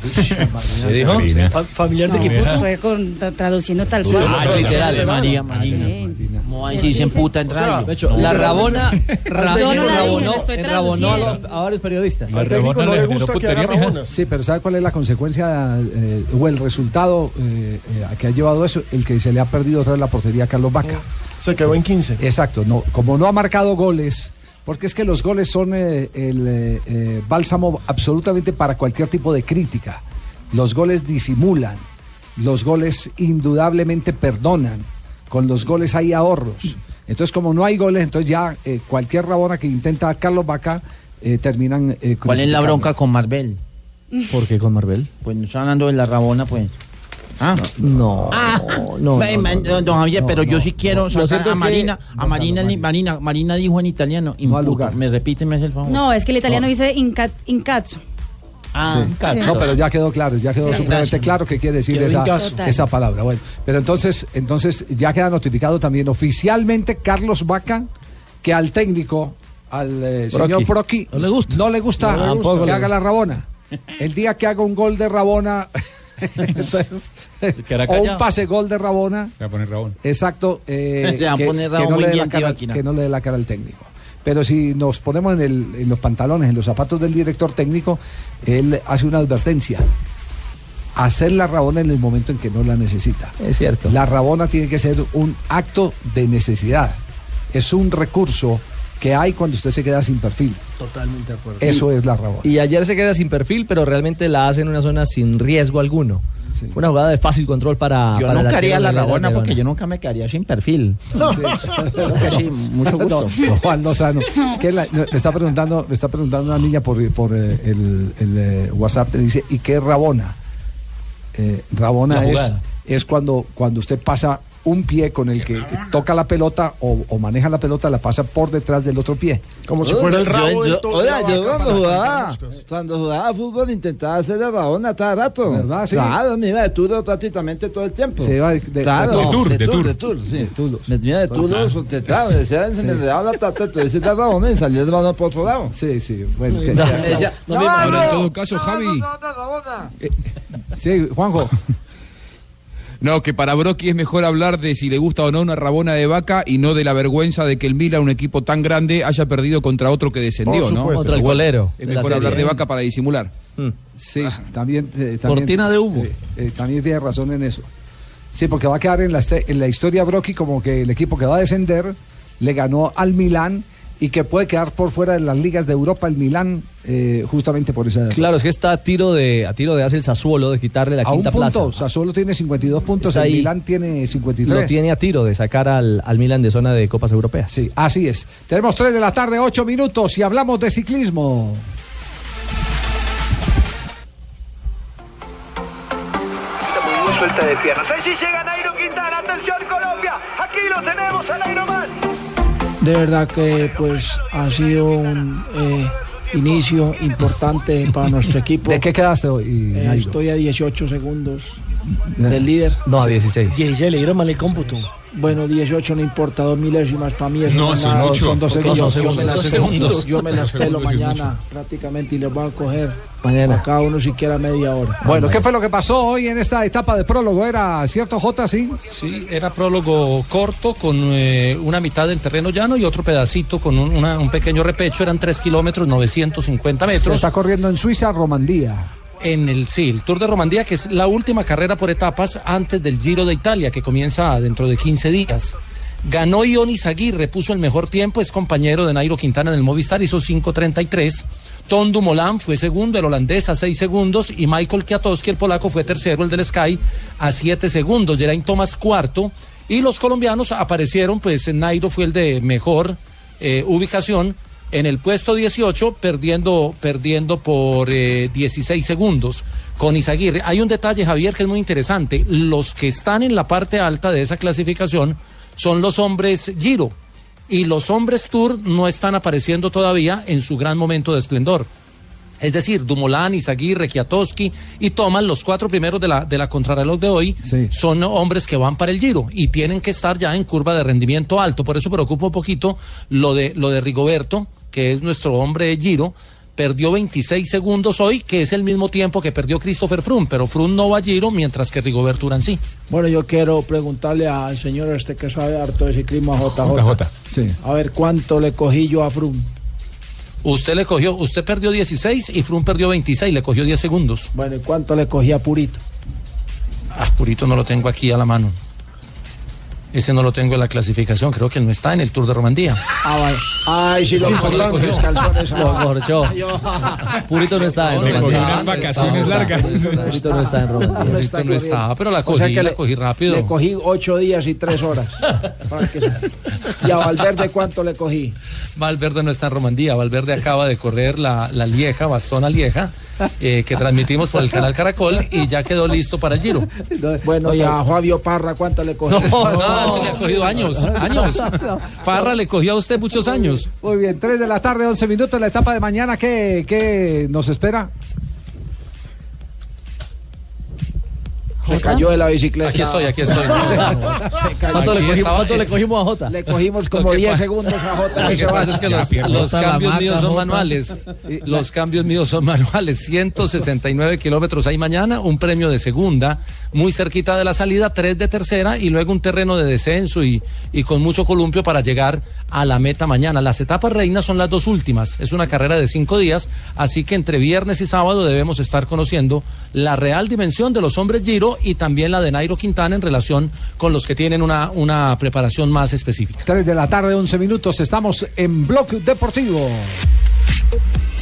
S15: ¿Se dijo?
S26: Fa-
S15: Familiar
S13: No, estoy con- tra- traduciendo tal cual.
S26: Ah,
S15: literal,
S12: María, María. Como ahí sí se emputa en
S15: O sea,
S12: radio.
S15: de hecho, la rabona
S12: Yo no la dije,
S15: rabonó,
S12: la estoy
S15: enrabonó a, los-
S12: traduciendo.
S15: a varios periodistas.
S7: Al técnico no le gusta que haga rabonas. Sí, pero ¿sabe cuál es la consecuencia eh, o el resultado eh, eh, a que ha llevado eso? El que se le ha perdido otra vez la portería a Carlos Vaca.
S10: Se quedó en 15.
S7: Exacto, no, como no ha marcado goles, porque es que los goles son eh, el eh, eh, bálsamo absolutamente para cualquier tipo de crítica. Los goles disimulan, los goles indudablemente perdonan, con los goles hay ahorros. Entonces, como no hay goles, entonces ya eh, cualquier rabona que intenta Carlos Vaca eh, terminan eh,
S12: ¿Cuál es la
S7: crucificando.
S12: bronca con Marvel? *laughs*
S24: ¿Por qué con Marvel?
S12: Pues no están hablando de la rabona, pues.
S24: Ah, no.
S12: Ah,
S24: no,
S12: ve,
S24: no,
S12: ma-
S24: no, no,
S12: don Javier,
S24: no,
S12: pero yo
S24: no,
S12: sí
S24: no.
S12: quiero
S24: Lo
S12: sacar
S24: cierto
S12: a
S24: es que-
S12: Marina, a Marina, ni- Marina, Marina dijo en italiano, imputo. me repite, me hace el favor.
S13: No, es que el italiano dice inca- incazzo.
S12: Ah,
S7: Sí.
S12: claro.
S7: No, pero ya quedó claro, ya quedó
S12: Sí,
S7: supremamente
S12: gracias.
S7: claro que quiere decir
S12: Quedó
S7: esa,
S12: en caso.
S7: esa palabra. Bueno, pero entonces, entonces ya queda notificado también oficialmente Carlos Vaca que al técnico, al eh, señor Proqui, no le gusta, no le
S15: No
S7: gusta
S15: le gusta.
S7: que
S15: Tampoco le
S7: haga la Rabona. El día que haga un gol de Rabona, *laughs* entonces,
S15: quedará
S7: o un
S15: callado.
S7: pase gol de Rabona,
S15: Se va a poner Rabón.
S7: Exacto, eh,
S15: Le van a
S7: que,
S15: poner
S7: que
S15: Ramón
S7: no le dé la
S15: Guillén,
S7: cara,
S15: Tibaquina.
S7: que no le dé la cara al técnico. Pero si nos ponemos en, el- en los pantalones, en los zapatos del director técnico, él hace una advertencia. Hacer la rabona en el momento en que no la necesita.
S15: Es cierto.
S7: La rabona tiene que ser un acto de necesidad. Es un recurso que hay cuando usted se queda sin perfil.
S26: Totalmente de acuerdo.
S7: Eso es la rabona.
S15: Y ayer se queda sin perfil, pero realmente la hace en una zona sin riesgo alguno. Fue Una jugada de fácil control para.
S12: Yo
S15: para el
S12: nunca haría
S15: arquero
S12: la
S15: del Real
S12: rabona porque
S15: Madrid.
S12: yo nunca me quedaría sin perfil.
S15: *laughs*
S7: *laughs* mucho
S12: gusto.
S7: Juan Lozano. que la- me, está preguntando, me está preguntando una niña por, por eh, el, el, eh, WhatsApp, te dice, ¿y qué es Rabona? Eh, Rabona
S15: La
S7: es
S15: jugada.
S7: es cuando, cuando usted pasa un pie con el que toca la pelota o, o maneja la pelota, la pasa por detrás del otro pie.
S28: Como
S25: Yo- yo- Oiga, yo cuando
S7: pues,
S25: jugaba, cuando jugaba fútbol intentaba hacer el rabón a cada rato.
S7: ¿Verdad? Sí.
S25: Claro, me iba de turno prácticamente todo el tiempo.
S7: Se iba de- de- de
S25: Claro,
S7: tour, de tour.
S25: de tour, sí. Me tenía de turno
S7: Claro.
S25: concentrado, decía, se me
S7: Sí.
S25: daba la tata, entonces el rabón y salía el balón por otro lado.
S7: Sí, sí, bueno. que-
S25: No,
S7: ya-
S25: ella-
S7: ya-
S25: no, mi-
S3: Ahora, en todo caso, Javi.
S25: eh,
S7: Sí, Juanjo.
S3: No, que para Brocky es mejor hablar de si le gusta o no una rabona de vaca y no de la vergüenza de que el Milan, un equipo tan grande, haya perdido contra otro que descendió,
S7: Por
S3: ¿no?
S7: supuesto. Contra el golero
S3: Es
S7: de la
S3: mejor
S7: serie.
S3: hablar de vaca para disimular.
S15: Mm.
S7: Sí,
S12: Ah.
S7: también, eh, también-
S3: Cortina de humo.
S7: eh, eh, también tiene razón en eso. Sí, porque va a quedar en la, este- en la historia Brocky como que el equipo que va a descender le ganó al Milán y que puede quedar por fuera de las ligas de Europa el Milán eh, justamente por esa derrota.
S15: Claro, es que está a tiro de, a tiro de hace el Sassuolo de quitarle la
S7: a un
S15: quinta
S7: punto,
S15: plaza.
S7: Sassuolo tiene 52 puntos,
S15: Está
S7: el
S15: ahí.
S7: Milán tiene 53.
S15: Lo tiene a tiro de sacar al, al Milan de zona de Copas Europeas.
S7: Sí, Ah, así es. Tenemos 3 de la tarde, 8 minutos y hablamos de ciclismo.
S22: Suelta de piernas. Ahí sí llega Nairo Quintana. Atención Colombia. Aquí lo tenemos a Nairo Man.
S12: De verdad que pues ha sido un eh, inicio importante para nuestro equipo.
S7: ¿De qué quedaste hoy?
S12: Eh,
S7: Nairo?
S12: estoy a 18 segundos del líder.
S15: No, a 16.
S12: 16 le dieron mal el cómputo. Bueno, 18 no importa, dos milésimas para mí. eso
S7: No,
S12: es
S7: eso es
S12: nada,
S7: mucho.
S12: Son dos
S7: Porque
S12: segundos.
S7: son
S12: Yo me las-
S7: segundos.
S12: Yo me
S7: Dos
S12: las pelo
S7: segundos es
S12: mañana prácticamente y les voy a coger
S7: Mañana.
S12: a cada uno siquiera media hora.
S7: Bueno, ¿qué fue lo que pasó hoy en esta etapa de prólogo? ¿Era cierto, J, sí?
S14: Sí, era prólogo corto con eh, una mitad del terreno llano y otro pedacito con un, una- un pequeño repecho. Eran 3 kilómetros 950
S7: Se
S14: metros.
S7: está corriendo en Suiza, Romandía.
S14: En el sí, el Tour de Romandía, que es la última carrera por etapas antes del Giro de Italia, que comienza dentro de 15 días. Ganó Ionis Aguirre, puso el mejor tiempo, es compañero de Nairo Quintana en el Movistar, hizo 5.33. Tondo Molán fue segundo, el holandés a 6 segundos, y Michael Kwiatkowski, el polaco, fue tercero, el del Sky, a 7 segundos. Geraint Thomas cuarto, y los colombianos aparecieron, pues Nairo fue el de mejor eh, ubicación, en el puesto 18, perdiendo, perdiendo por eh, 16 segundos con Izaguirre. Hay un detalle, Javier, que es muy interesante. Los que están en la parte alta de esa clasificación son los hombres Giro. Y los hombres Tour no están apareciendo todavía en su gran momento de esplendor. Es decir, Dumoulin, Izaguirre, Kwiatkowski y Thomas, los cuatro primeros de la, de la contrarreloj de hoy, son hombres que van para el Giro y tienen que estar ya en curva de rendimiento alto. Por eso preocupa un poquito lo de, lo de Rigoberto, que es nuestro hombre de Giro. Perdió 26 segundos hoy, que es el mismo tiempo que perdió Christopher Froome, pero Froome no va a Giro, mientras que Rigoberto Urán sí.
S12: Bueno, yo quiero preguntarle al señor este que sabe harto de ciclismo a JJ.
S14: JJ.
S12: A ver cuánto le cogí yo a Frum.
S14: Usted le cogió, usted perdió 16 y Froome perdió 26, le cogió 10 segundos.
S12: Bueno, ¿y cuánto le cogí a Purito?
S14: Ah, Purito no lo tengo aquí a la mano. Ese no lo tengo en la clasificación, creo que no está en el Tour de Romandía.
S12: Ah, vale. Ay, si lo
S14: Sí,
S12: cogió
S14: sí, lo
S12: con
S14: cogió.
S12: los calzones.
S14: Lo corchó.
S15: Purito no está en
S14: Le cogí
S15: Romandía.
S14: unas vacaciones
S15: No está,
S14: largas.
S15: Purito no está en Romandía.
S14: Purito no está, pero la
S12: O
S14: cogí,
S12: sea que
S14: la
S12: le-
S14: cogí rápido.
S12: Le cogí ocho días y tres horas. Para que- Y a Valverde, ¿cuánto le cogí?
S14: Valverde no está en Romandía. Valverde acaba de correr la, la Lieja, Bastona Lieja, eh, que transmitimos por el canal Caracol y ya quedó listo para el giro.
S12: Bueno, y a Fabio Parra, ¿cuánto le cogí?
S14: No, no, se le ha cogido años, años. Parra le cogió a usted muchos años.
S7: Muy bien, 3 de la tarde, 11 minutos, la etapa de mañana, ¿qué, qué nos espera?
S12: Se cayó de la bicicleta.
S14: Aquí estoy, aquí estoy.
S12: Se cayó.
S14: ¿Cuánto le Aquí cogimos- estaba- cuánto le cogimos
S12: a Jota? Le cogimos como
S14: Lo que
S12: 10
S14: pasa-
S12: segundos a Jota.
S14: Lo que pasa es que los, los cambios míos son manuales. Los cambios míos son manuales. 169 kilómetros ahí mañana, un premio de segunda, muy cerquita de la salida, tres de tercera y luego un terreno de descenso y, y con mucho columpio para llegar a la meta mañana. Las etapas reinas son las dos últimas. Es una carrera de cinco días, así que entre viernes y sábado debemos estar conociendo la real dimensión de los hombres Giro y también la de Nairo Quintana en relación con los que tienen una, una preparación más específica.
S7: 3 de la tarde, 11 minutos, estamos en Blog Deportivo.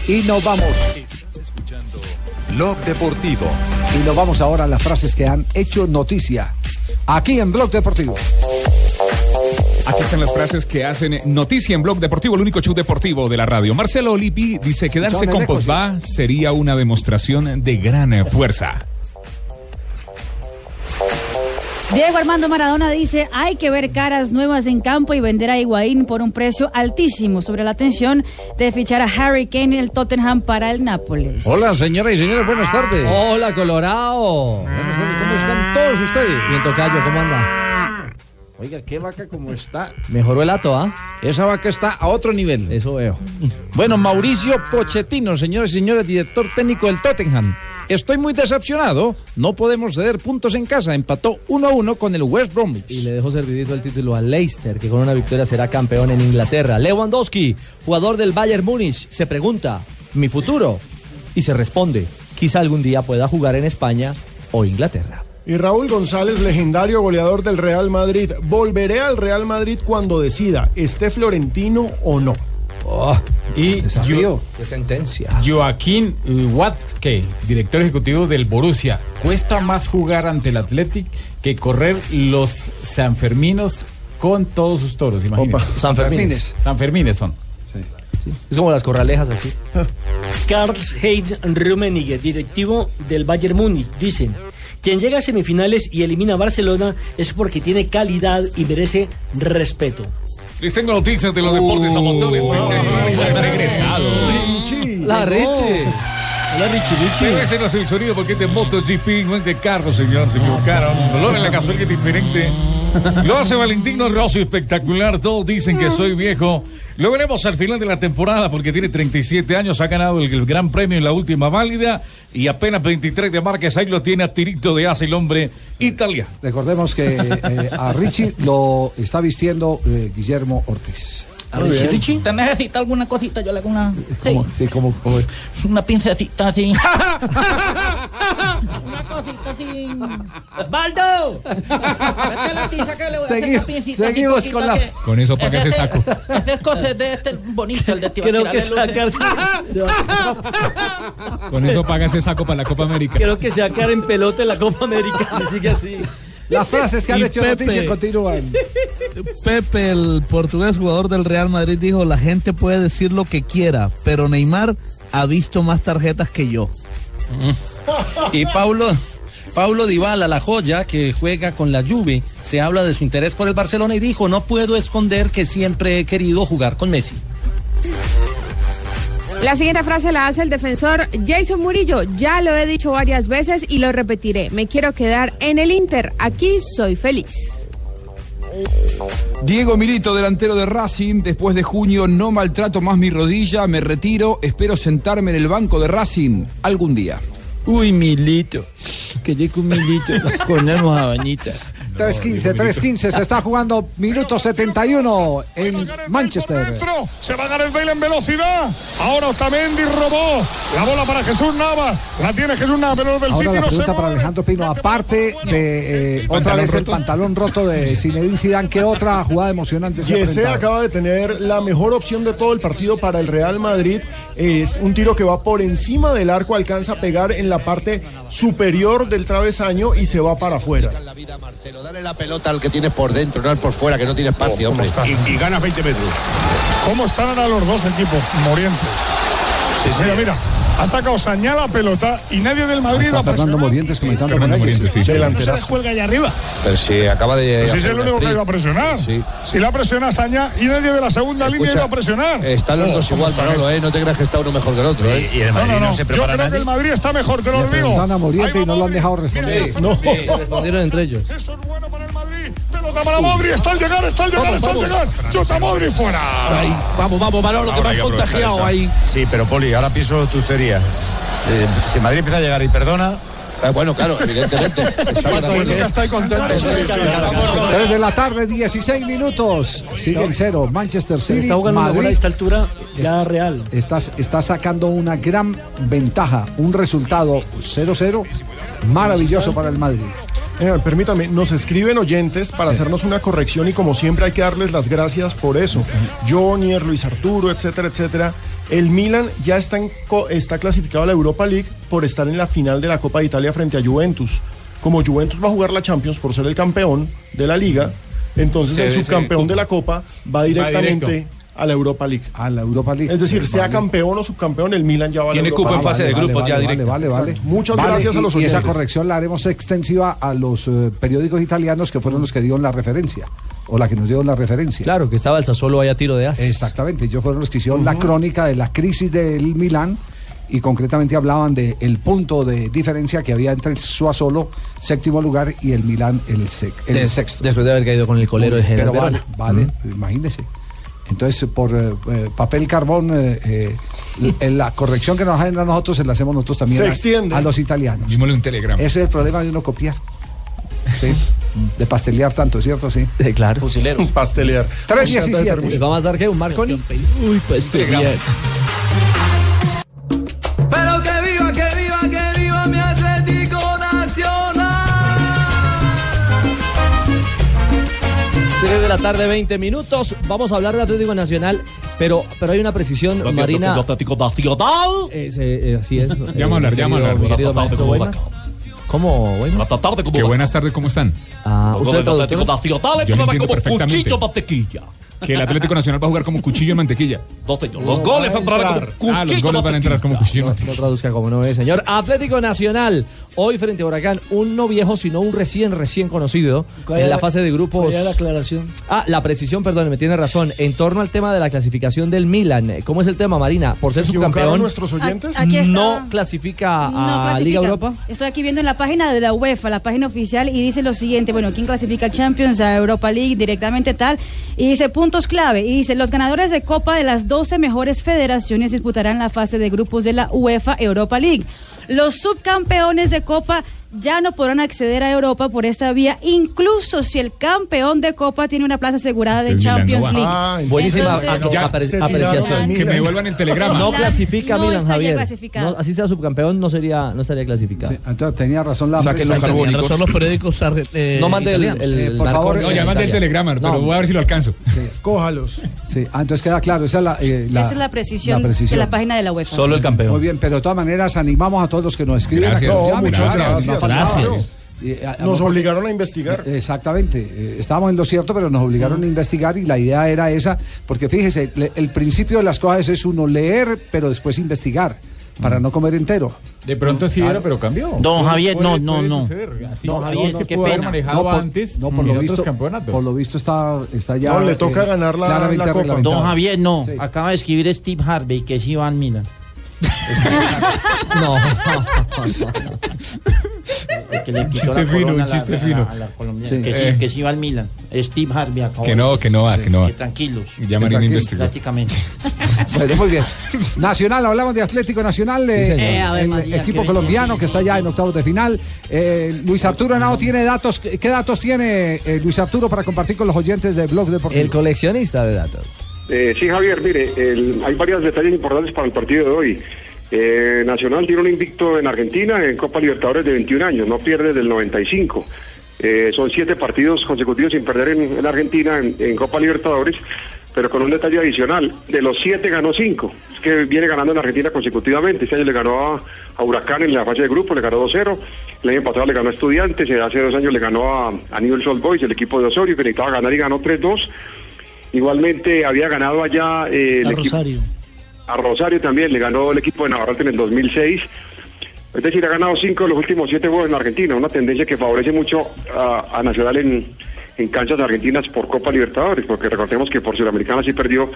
S7: Y nos vamos.
S1: Blog Deportivo.
S7: Y nos vamos ahora a las frases que han hecho noticia. Aquí en Blog Deportivo.
S6: Aquí están las frases que hacen noticia en Blog Deportivo, el único show deportivo de la radio. Marcelo Olipi dice, quedarse con Pogba sería una demostración de gran eh, fuerza.
S13: Diego Armando Maradona dice, hay que ver caras nuevas en campo y vender a Higuaín por un precio altísimo sobre la atención de fichar a Harry Kane en el Tottenham para el Nápoles.
S12: Hola, señoras y señores, buenas tardes.
S15: Hola, Colorado.
S12: Buenas tardes, ¿cómo están todos ustedes?
S15: Y el tocayo, ¿cómo anda?
S12: Oiga, qué vaca como está.
S15: Mejoró el ato, ¿ah?
S12: Esa vaca está a otro nivel.
S15: Eso veo.
S12: Bueno, Mauricio Pochettino, señores y señores, director técnico del Tottenham. Estoy muy decepcionado. No podemos ceder puntos en casa. Empató 1 a 1 con el West Bromwich.
S15: Y le dejó servidito el título a Leicester, que con una victoria será campeón en Inglaterra. Lewandowski, jugador del Bayern Múnich, se pregunta, ¿mi futuro? Y se responde, quizá algún día pueda jugar en España o Inglaterra.
S10: Y Raúl González, legendario goleador del Real Madrid. Volveré al Real Madrid cuando decida, esté Florentino o no.
S11: y
S10: desafío.
S11: yo,
S15: ¿Qué sentencia?
S11: Joaquín Watzke, director ejecutivo del Borussia. Cuesta más jugar ante el Athletic que correr los Sanferminos con todos sus toros, imagínense.
S15: Opa. Sanfermines.
S11: Sanfermines son.
S15: Es como
S11: *laughs*
S15: las corralejas aquí.
S19: *laughs*
S9: Karl-Heinz Rummenigge, directivo del Bayern Múnich, dice: Quien llega a semifinales y elimina a Barcelona es porque tiene calidad y merece respeto.
S29: Les tengo noticias de los deportes a
S18: Oh.
S29: montones.
S18: Ah,
S29: Han este, regresado.
S9: La Richie.
S29: La Richie, Richie. Regresenos el sonido porque este MotoGP no es de carro, señor. Se equivocaron. Dolor en la gasolina es diferente. Lo hace Valentino Rossi espectacular. Todos dicen que soy viejo. Lo veremos al final de la temporada porque tiene 37 años. Ha ganado el, el Gran Premio en la última válida y apenas 23 de Márquez. Ahí lo tiene a tirito de hace el hombre italiano.
S7: Recordemos que eh, a Richie lo está vistiendo eh, Guillermo Ortiz.
S2: ¿Te necesita alguna cosita? Yo le hago una. Sí,
S7: Como- sí, como- como-
S2: una pincecita así.
S12: *laughs*
S2: una cosita así. ¡Baldo! Vete la tiza que le voy a hacer una
S29: Seguimos-
S2: pincita así
S29: seguimos
S2: poquita
S29: con la-
S2: que-
S29: Con eso, ¿para qué se saco?
S2: Ese es cosa de este bonito, el de tío.
S9: Creo que
S12: *laughs*
S2: *laughs*
S9: sacarse.
S29: Con eso paga ese saco para la Copa América.
S9: Creo que se va a quedar en pelota en la Copa América si sigue así.
S7: Las frases que han
S30: Y
S7: hecho
S30: Pepe.
S7: noticia continúan.
S30: Pepe, el portugués jugador del Real Madrid, dijo, la gente puede decir lo que quiera, pero Neymar ha visto más tarjetas que yo.
S14: Y Paulo, Paulo Dybala, la joya que juega con la Juve, se habla de su interés por el Barcelona y dijo, no puedo esconder que siempre he querido jugar con Messi.
S24: La siguiente frase la hace el defensor Jason Murillo. Ya lo he dicho varias veces y lo repetiré. Me quiero quedar en el Inter. Aquí soy feliz.
S3: Diego Milito, delantero de Racing, después de junio no maltrato más mi rodilla, me retiro, espero sentarme en el banco de Racing algún día.
S2: Uy, Milito. Quedé con Milito. Con las mojabañitas.
S7: 3-15, 3-15, se está jugando minuto 71 en Manchester.
S20: centro, se va a Gareth Bale en velocidad. Ahora Otamendi robó la bola para Jesús Navas. La tiene Jesús Navas, pero del
S7: Ahora
S20: City
S7: la
S20: no se
S7: pregunta para Alejandro Pino, aparte de eh, otra
S10: pantalón
S7: vez el
S10: roto?
S7: pantalón roto de Zinedine Zidane, ¿qué otra jugada emocionante se ha
S10: Yese
S7: presentado?
S10: acaba de tener la mejor opción de todo el partido para el Real Madrid. Es un tiro que va por encima del arco, alcanza a pegar en la parte superior del travesaño y se va para afuera.
S21: la pelota al que tienes por dentro, no al por fuera, que no tiene espacio, hombre.
S20: Y, ganas 20 metros. ¿Cómo están ahora los dos equipos? Morientes. mira, mira. Ha sacado Sañá la pelota y nadie del Madrid va
S7: Está
S20: a presionar.
S7: Fernando Morientes comentando con
S20: Fernando
S7: ellos.
S20: Morientes, sí.
S7: Delanterazo.
S20: cuelga allá arriba.
S21: Pero si acaba de.
S20: Pues si es el único que iba a presionar. Si la presiona Sañá y nadie de la segunda línea
S21: Escucha,
S20: iba a presionar.
S21: Están los
S20: Oh,
S21: dos
S20: ¿cómo
S21: igual,
S20: están
S21: Manolo,
S20: estos?
S21: ¿eh? No te creas que está uno mejor que el otro, ¿eh? Y- y el Madrid
S20: No, no,
S21: no
S20: no.
S21: se
S20: Yo
S21: prepara
S20: creo que
S21: nadie.
S20: el Madrid está mejor, te
S7: Le
S20: lo digo.
S7: preguntaron a Morientes y no lo han dejado responder.
S20: No.
S24: se respondieron *laughs* entre ellos.
S20: Pelota para Modri, está al llegar, está al llegar, está al llegar. Chuta Modri fuera.
S31: Vamos, vamos, Manolo,
S20: que Ahora me has hay que aprovechar contagiado esa. ahí.
S31: Sí, pero Poli, ahora pienso tus teorías. Eh, si Madrid empieza a llegar y perdona.
S21: Ah,
S31: bueno, claro, evidentemente.
S3: estoy contento.
S7: Desde la tarde, 16 minutos. Sigue en cero. Manchester City.
S9: está jugando una bola a esta altura ya real.
S7: Está, está sacando una gran ventaja. Un resultado 0-0 maravilloso para el Madrid.
S10: Eh, permítame, nos escriben oyentes para hacernos una corrección y como siempre hay que darles las gracias por eso. Jonier, Luis Arturo, etcétera, etcétera. El Milan ya está, en co- está clasificado a la Europa League por estar en la final de la Copa de Italia frente a Juventus. Como Juventus va a jugar la Champions por ser el campeón de la liga, entonces
S31: Se
S10: el
S31: ve- se ve
S10: subcampeón de la Copa va directamente
S31: directo.
S10: a la Europa League.
S7: A la Europa League.
S10: Es decir, sea campeón o subcampeón, el Milan ya va a la
S31: Tiene
S10: Europa
S31: cupo en
S10: League.
S31: fase de
S7: Ah, Vale,
S31: grupos
S7: vale,
S31: ya
S7: vale,
S31: directo.
S7: Vale, vale.
S10: Exacto. Muchas gracias a los
S7: y- Y esa
S10: oyentes.
S7: corrección la haremos extensiva a los eh, periódicos italianos que fueron los que dieron la referencia. O la que nos dio la referencia.
S15: Claro, que estaba el Sassuolo ahí a tiro de as.
S7: Exactamente, ellos fueron los que hicieron la crónica de la crisis del Milán y concretamente hablaban de el punto de diferencia que había entre el Suazolo, séptimo lugar, y el Milán, el, sec- el
S15: Des-
S7: sexto.
S15: Después de haber caído con el colero del general
S7: Pero vale,
S15: Verona.
S7: vale, imagínese. Entonces, por eh, eh, papel carbón, eh, eh, l- eh, la corrección que nos hacen a nosotros se la hacemos nosotros también
S31: Se
S7: a-
S31: extiende.
S7: a, los italianos.
S31: Dímosle un telegrama.
S7: Ese es el problema de uno copiar. Sí. De pastelear tanto, ¿cierto? Sí.
S15: claro.
S31: *laughs*
S7: Fusilero.
S10: Pastelear.
S7: 317.
S15: ¿Les vamos a dar qué? ¿Un Marconi? Uy, pues
S26: Pero que viva, que viva, que viva mi Atlético Nacional.
S15: 3 de la tarde, 20 minutos. Vamos a hablar de Atlético Nacional, pero, pero hay una precisión, Marina.
S11: Atlético
S15: Es, eh, eh, así es.
S11: Ya vamos a hablar, ya vamos a hablar.
S15: Mi querido
S11: Buenas
S15: maestro
S11: tardes, ¿cómo va?
S15: Boina. ¿Cómo, Boina?
S11: Qué buenas tardes, ¿cómo están?
S15: Ah,
S11: Los
S15: ¿usted
S11: goles del
S15: traductor?
S11: Atlético Nacional
S31: Yo
S11: prueba
S31: lo entiendo
S11: como
S31: perfectamente.
S11: cuchillo mantequilla.
S31: Que el Atlético Nacional va a jugar como cuchillo en mantequilla.
S11: No, señor, Los goles van a entrar como cuchillo
S31: Ah, los goles van a entrar como cuchillo en
S15: No, no
S31: mantequilla.
S15: traduzca como no es, señor. Atlético Nacional, hoy frente a Huracán, un no viejo, sino un recién, recién conocido
S9: ¿Cuál
S15: en
S9: era-
S15: la fase de grupos.
S9: cuál era la aclaración?
S15: Ah, la precisión, perdón, me tiene razón. En torno al tema de la clasificación del Milan, ¿cómo es el tema, Marina? Por ser
S10: equivocaron
S15: subcampeón,
S10: nuestros oyentes?
S13: Aquí está.
S15: no clasifica a
S13: No
S15: Liga
S13: clasifica.
S15: Europa.
S13: Estoy aquí viendo en la página de la UEFA, la página oficial, y dice lo siguiente, bueno, ¿quién clasifica a Champions, a Europa League, directamente tal? Y dice puntos clave, y dice, los ganadores de Copa de las 12 mejores federaciones disputarán la fase de grupos de la UEFA Europa League. Los subcampeones de Copa ya no podrán acceder a Europa por esta vía, incluso si el campeón de Copa tiene una plaza asegurada de
S31: El Milan no
S13: Champions
S31: va.
S13: League.
S31: Ah, buenísima
S13: Entonces,
S31: aso- Ya, apre- se tiraron apreciación. al Que me Milan. vuelvan el telegrama.
S15: No
S13: Milan
S15: clasifica a
S13: no
S15: Milan,
S13: está ya
S15: Javier.
S13: clasificado.
S15: No, así sea subcampeón, no sería, no estaría clasificado.
S7: Entonces tenía razón la
S15: Saquen los
S7: prensa
S15: carbónicos.
S7: italiana.
S15: Tenían razón los periódicos arre- eh, No mande el- italianos. el-
S7: Eh,
S15: el
S7: por favor,
S15: Marconi.
S31: No, ya mandé el telegrama, pero voy a ver si lo alcanzo.
S10: Cójalos.
S7: Sí, ah, entonces queda claro, esa es la, eh,
S13: Esa es la precisión,
S7: la precisión.
S13: de la página de la UEFA.
S7: Sí. Muy bien, pero de todas maneras animamos a todos los que nos escriben.
S10: Gracias.
S7: a que nos
S10: No,
S7: llamen.
S10: muchas gracias.
S7: No faltaba,
S10: Gracias.
S7: ¿no? Y, a- a-
S10: Nos obligaron a investigar.
S7: Exactamente, eh, estábamos en lo cierto, pero nos obligaron a investigar y la idea era esa, porque fíjese, le- el principio de las cosas es uno leer, pero después investigar, para no comer entero.
S11: De pronto sí
S7: Claro.
S11: era, pero cambió.
S7: Ah, Don Javier,
S11: Puede-
S7: no, no,
S11: puede
S7: no.
S11: suceder. Así
S7: No,
S11: no,
S7: Javier,
S11: se
S7: qué
S11: pudo haber
S7: pena.
S11: manejado
S7: No, por-
S11: antes
S7: no, por
S11: en
S7: lo
S11: otros
S7: visto-
S11: campeonatos.
S7: Por lo visto está, está ya. eh, claramente reglamentado.
S12: Don Javier, no. Acaba de escribir Steve Harvey, que es Iván
S7: *laughs*
S12: Milan. *laughs*
S15: no.
S12: Que le quitó
S31: Chiste
S12: la
S31: fino,
S12: corona
S31: un
S12: a la-
S31: chiste
S12: a la-
S31: fino.
S12: a la colombiana.
S31: Sí.
S12: Que,
S31: Eh.
S12: sí, que sí va al Milan. Steve Harvey acabó.
S31: Que no, que no va, que no va.
S12: tranquilos.
S31: Ya Marina
S12: Que tranquilos,
S31: investigó.
S12: Prácticamente.
S7: *laughs* Bueno, muy bien. Nacional, hablamos de Atlético Nacional, eh,
S12: señor. Eh, Ave
S7: el
S12: María, qué
S7: equipo
S12: belleza.
S7: colombiano que está ya en octavos de final. Eh, Luis Arturo Henao tiene datos. ¿Qué datos tiene eh, Luis Arturo para compartir con los oyentes de Blog Deportivo? El
S15: coleccionista de datos.
S27: Eh, sí, Javier, mire, el- hay varios detalles importantes para el partido de hoy. Eh, Nacional tiene un invicto en Argentina en Copa Libertadores de 21 años, no pierde del 95. Eh, son siete partidos consecutivos sin perder en, en Argentina en, en Copa Libertadores, pero con un detalle adicional, de los siete ganó cinco. Es que viene ganando en Argentina consecutivamente. Este año le ganó a, a Huracán en la fase de grupo, le ganó 2-0. El año pasado le ganó a Estudiantes, eh, hace dos años le ganó a, a Newell's Old Boys, el equipo de Osorio, que necesitaba ganar y ganó 3-2. Igualmente había ganado allá eh, el
S9: A
S27: equipo-
S9: Rosario.
S27: a Rosario también, le ganó el equipo de Navarrete en el 2006. Es decir, ha ganado cinco de los últimos siete juegos en Argentina, una tendencia que favorece mucho a, a Nacional en, en canchas argentinas por Copa Libertadores, porque recordemos que por Sudamericana sí perdió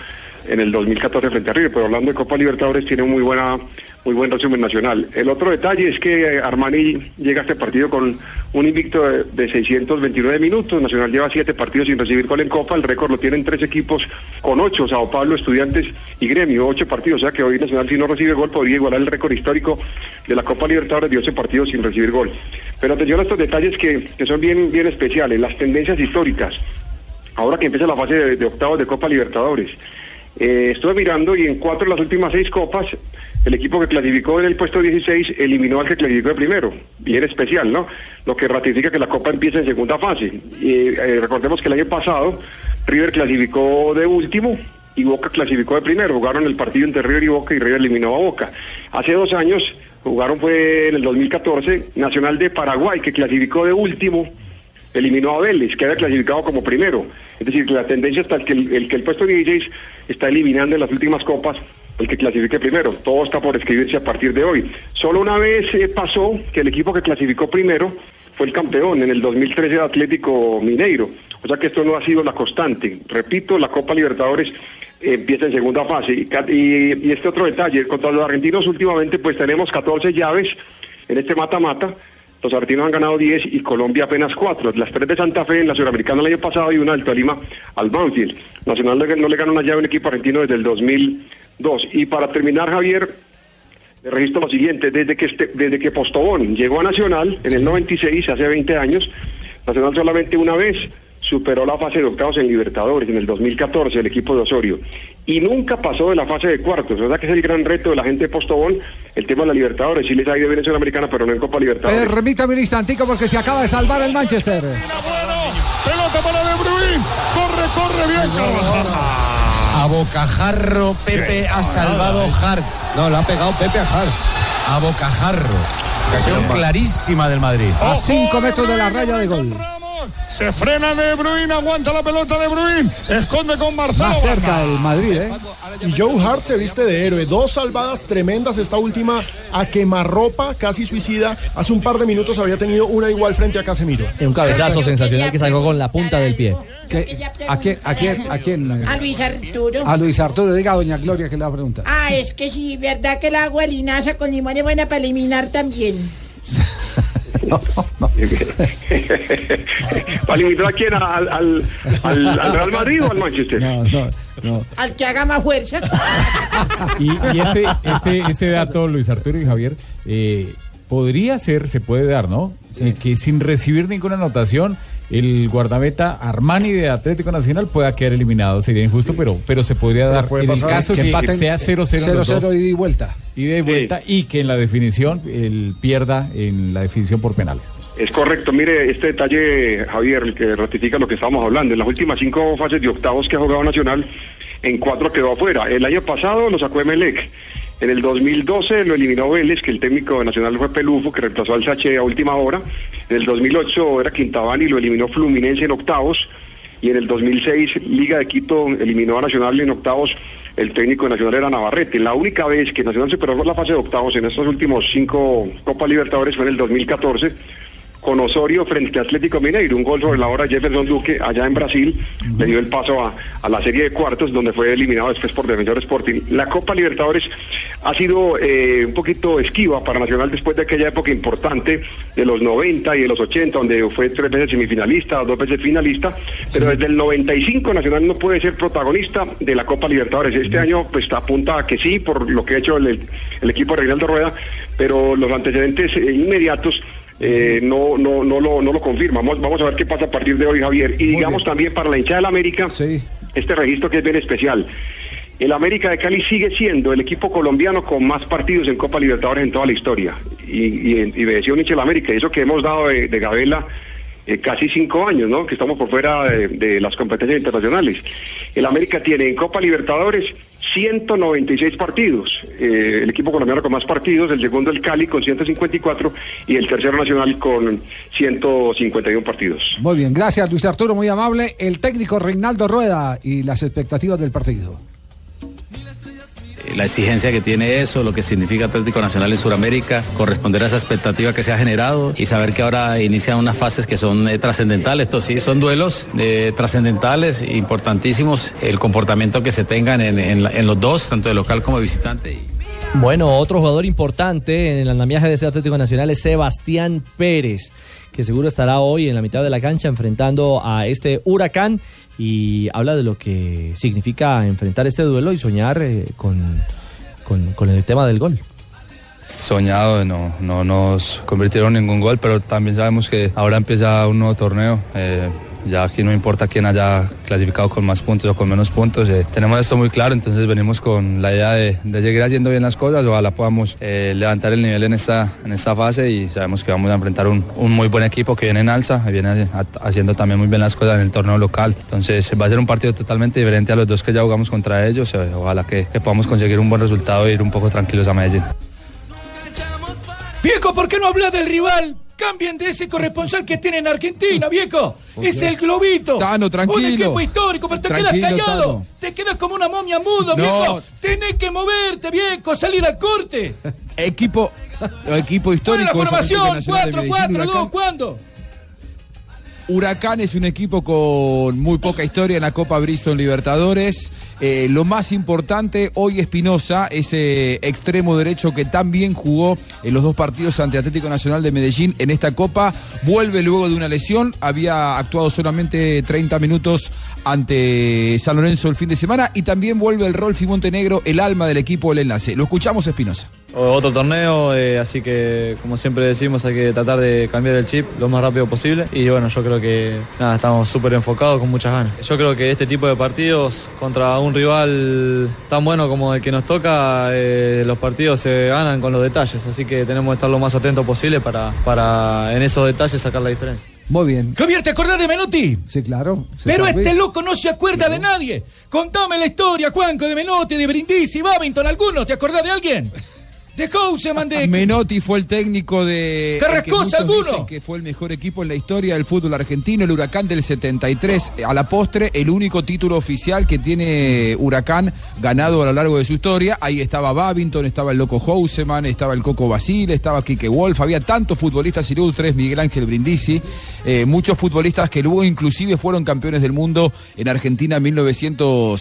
S27: en el 2014 frente a River, pero hablando de Copa Libertadores tiene muy buena muy buen resumen nacional. El otro detalle es que eh, Armani llega a este partido con un invicto de, de 629 minutos, Nacional lleva siete partidos sin recibir gol en Copa, el récord lo tienen tres equipos con ocho, Sao Paulo, Estudiantes y Gremio, ocho partidos, o sea que hoy Nacional si no recibe gol podría igualar el récord histórico de la Copa Libertadores de 11 partidos sin recibir gol. Pero atención a estos detalles que, que son bien, bien especiales, las tendencias históricas. Ahora que empieza la fase de, de octavos de Copa Libertadores, eh, estuve mirando y en cuatro de las últimas seis copas, el equipo que clasificó en el puesto 16 eliminó al que clasificó de primero. Bien especial, ¿no? Lo que ratifica que la copa empieza en segunda fase. Y, eh, recordemos que el año pasado River clasificó de último y Boca clasificó de primero. Jugaron el partido entre River y Boca y River eliminó a Boca. Hace dos años jugaron fue en el 2014 Nacional de Paraguay que clasificó de último eliminó a Vélez, que había clasificado como primero. Es decir, que la tendencia está el que el, el que el puesto de 16 está eliminando en las últimas copas el que clasifique primero. Todo está por escribirse a partir de hoy. Solo una vez eh, pasó que el equipo que clasificó primero fue el campeón en el 2013 el Atlético Mineiro. O sea que esto no ha sido la constante. Repito, la Copa Libertadores eh, empieza en segunda fase. Y, ca- y- y este otro detalle, contra los argentinos últimamente pues tenemos 14 llaves en este mata-mata. Los argentinos han ganado 10 y Colombia apenas 4. Las tres de Santa Fe en la Sudamericana el año pasado y una del Tolima al Banfield. Nacional no- no le gana una llave a un equipo argentino desde el 2002. Y para terminar, Javier, le registro lo siguiente. Desde que, este- desde que Postobón llegó a Nacional en el 96, hace 20 años, Nacional solamente una vez superó la fase de octavos en Libertadores en el 2014, el equipo de Osorio. Y nunca pasó de la fase de cuartos. ¿Verdad que es el gran reto de la gente de Postobón? El tema de la Libertadores. Sí les ha ido bien en Sudamericana, pero no en Copa Libertadores.
S7: Eh, Permítame un instantico porque se acaba de salvar el Manchester.
S20: Pelota para De Bruyne. Corre, corre bien.
S12: A bocajarro Pepe ha salvado Hart. No, la ha pegado Pepe a Hart. A bocajarro. Ocasión clarísima del Madrid.
S31: Ah,
S7: A 5 metros de la raya de gol.
S20: Se frena De Bruyne, aguanta la pelota De Bruyne. Esconde con Marcelo.
S10: Más cerca
S20: Vargas.
S10: del Madrid, ¿eh? Y Joe Hart se viste de héroe. Dos salvadas tremendas. Esta última a quemarropa, casi suicida. Hace un par de minutos había tenido una igual frente a Casemiro.
S15: Un cabezazo sensacional que salió con la punta del pie.
S7: ¿A quién? ¿A quién? ¿A quién? eh?
S8: A Luis Arturo.
S7: A Luis Arturo, diga a doña Gloria que le va a preguntar.
S8: Ah, es que sí, verdad que el agua linaza con limón es buena para eliminar también.
S27: ¿Para limitar a quién? ¿Al, al, al- al Real Madrid o al Manchester?
S8: Al que haga más
S7: *laughs*
S8: fuerza.
S11: Y, y este, este, este dato, Luis Arturo y Javier, eh, podría ser, se puede dar, ¿no? Eh, que sin recibir ninguna anotación, el guardameta Armani de Atlético Nacional pueda quedar eliminado. Sería injusto, pero, pero se podría dar. en el caso que,
S7: empaten
S11: sea 0-0 en los
S7: 0-0
S11: dos,
S7: ida y vuelta.
S11: ida y vuelta, y que en la definición él pierda en la definición por penales.
S27: Es correcto, mire, este detalle, Javier, el que ratifica lo que estábamos hablando, en las últimas cinco fases de octavos que ha jugado Nacional, en cuatro quedó afuera. El año pasado lo sacó Emelec, en el 2012 lo eliminó Vélez, que el técnico de Nacional fue Pelufo, que reemplazó al Sache a última hora, en el 2008 era Quintabani y lo eliminó Fluminense en octavos, y en el 2006 Liga de Quito eliminó a Nacional en octavos, el técnico de Nacional era Navarrete. La única vez que Nacional superó la fase de octavos en estos últimos cinco Copa Libertadores fue en el 2014 con Osorio frente a Atlético Mineiro, un gol sobre la hora de Jefferson Duque allá en Brasil, le dio el paso a, a la serie de cuartos donde fue eliminado después por Defensor Sporting. La Copa Libertadores ha sido eh, un poquito esquiva para Nacional después de aquella época importante de los 90 y de los 80, donde fue tres veces semifinalista, dos veces finalista, pero desde el 95 Nacional no puede ser protagonista de la Copa Libertadores. Este año pues apunta a que sí, por lo que ha hecho el, el equipo de Reinaldo Rueda, pero los antecedentes eh, inmediatos eh, no, no, no, lo, no lo confirma. Vamos, vamos a ver qué pasa a partir de hoy, Javier. Y digamos también para la hinchada del América, este registro que es bien especial. El América de Cali sigue siendo el equipo colombiano con más partidos en Copa Libertadores en toda la historia. Y, y, y me decía un hincha del América, eso que hemos dado de, de Gabela eh, casi cinco años, ¿no? Que estamos por fuera de, de las competencias internacionales. El América tiene en Copa Libertadores 196 partidos. Eh, el equipo colombiano con más partidos, el segundo el Cali con 154 y el tercero Nacional con 151 partidos.
S7: Muy bien, gracias Luis Arturo, muy amable. El técnico Reinaldo Rueda y las expectativas del partido.
S32: la exigencia que tiene eso, lo que significa Atlético Nacional en Sudamérica, corresponder a esa expectativa que se ha generado y saber que ahora inician unas fases que son eh, trascendentales. Estos sí son duelos eh, trascendentales, importantísimos, el comportamiento que se tengan en, en la- en los dos, tanto de local como de visitante.
S15: Bueno, otro jugador importante en el andamiaje de este Atlético Nacional es Sebastián Pérez, que seguro estará hoy en la mitad de la cancha enfrentando a este huracán y habla de lo que significa enfrentar este duelo y soñar eh, con- con- con el tema del gol.
S4: soñado, no, no nos convirtieron en ningún gol, pero también sabemos que ahora empieza un nuevo torneo. eh, ya aquí no importa quién haya clasificado con más puntos o con menos puntos. eh, tenemos esto muy claro, entonces venimos con la idea de, de seguir haciendo bien las cosas. Ojalá podamos eh, levantar el nivel en esta, en esta fase y sabemos que vamos a enfrentar un, un muy buen equipo que viene en alza, viene ha- haciendo también muy bien las cosas en el torneo local. Entonces va a ser un partido totalmente diferente a los dos que ya jugamos contra ellos. eh, ojalá que, que podamos conseguir un buen resultado e ir un poco tranquilos a Medellín.
S25: Viejo, ¿por qué no habla del rival? Cambien de ese corresponsal que tienen en Argentina, viejo. Es el globito.
S3: Tano, tranquilo.
S25: Un equipo histórico, pero te
S3: Tranquilo,
S25: quedas callado.
S3: Tano.
S25: Te quedas como una momia muda,
S3: No.
S25: viejo. Tenés que moverte, viejo, salir al corte.
S3: Equipo, equipo
S25: ¿Cuál es la
S3: histórico es Atlético
S25: formación?
S3: Nacional de
S25: 4,
S3: Medellín,
S25: 4, 2,
S3: Huracán.
S25: ¿cuándo?
S3: Huracán es un equipo con muy poca historia en la Copa Bristol Libertadores. Eh, lo más importante hoy Espinosa, ese extremo derecho que tan bien jugó en los dos partidos ante Atlético Nacional de Medellín en esta Copa, vuelve luego de una lesión. Había actuado solamente 30 minutos ante San Lorenzo el fin de semana y también vuelve el Rolfi Montenegro, el alma del equipo del enlace. Lo escuchamos Espinosa.
S33: Otro torneo, eh, así que como siempre decimos hay que tratar de cambiar el chip lo más rápido posible y bueno, yo creo que nada, estamos súper enfocados con muchas ganas. Yo creo que este tipo de partidos contra un rival tan bueno como el que nos toca, eh, los partidos se ganan con los detalles, así que tenemos que estar lo más atentos posible para, para en esos detalles sacar la diferencia.
S7: Muy bien.
S25: Javier, ¿te acordás de Menotti?
S7: Sí, claro. Se
S25: Pero
S7: sabe.
S25: este loco no se acuerda de nadie. Contame la historia, Juanco, de Menotti, de Brindisi, Babington, algunos. ¿Te acordás de alguien? De Houseman, de...
S3: *laughs* Menotti fue el técnico de. el que
S25: Carrascosa,
S3: muchos
S25: alguno.
S3: dicen que fue el mejor equipo en la historia del fútbol argentino, el Huracán del 73. A la postre, el único título oficial que tiene Huracán ganado a lo largo de su historia. Ahí estaba Babington, estaba el Loco Houseman, estaba el Coco Basile, estaba Quique Wolf. Había tantos futbolistas ilustres, Miguel Ángel Brindisi, eh, muchos futbolistas que luego inclusive fueron campeones del mundo en Argentina en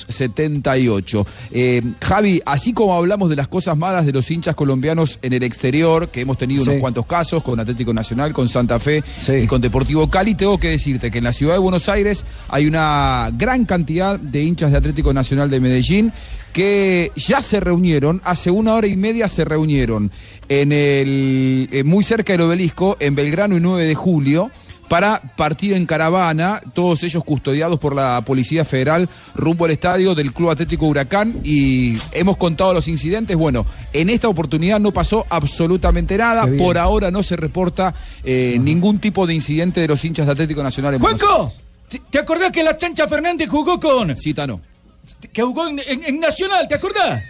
S3: 1978. Eh, Javi, así como hablamos de las cosas malas de los hinchas colombianos en el exterior, que hemos tenido unos
S7: Sí.
S3: cuantos casos con Atlético Nacional, con Santa Fe y con Deportivo Cali, tengo que decirte que en la ciudad de Buenos Aires hay una gran cantidad de hinchas de Atlético Nacional de Medellín que ya se reunieron, hace una hora y media se reunieron en el, eh, muy cerca del obelisco, en Belgrano y 9 de julio para partir en caravana, todos ellos custodiados por la Policía Federal, rumbo al estadio del Club Atlético Huracán y hemos contado los incidentes. Bueno, en esta oportunidad no pasó absolutamente nada,
S7: Qué bien.
S3: por ahora no se reporta eh, ningún tipo de incidente de los hinchas de Atlético Nacional en Buenos
S25: ¡Juanco! ¿Te- ¿Te acordás que la chancha Fernández jugó con...?
S3: Citano.
S25: Que jugó en, en- en Nacional, ¿te acordás?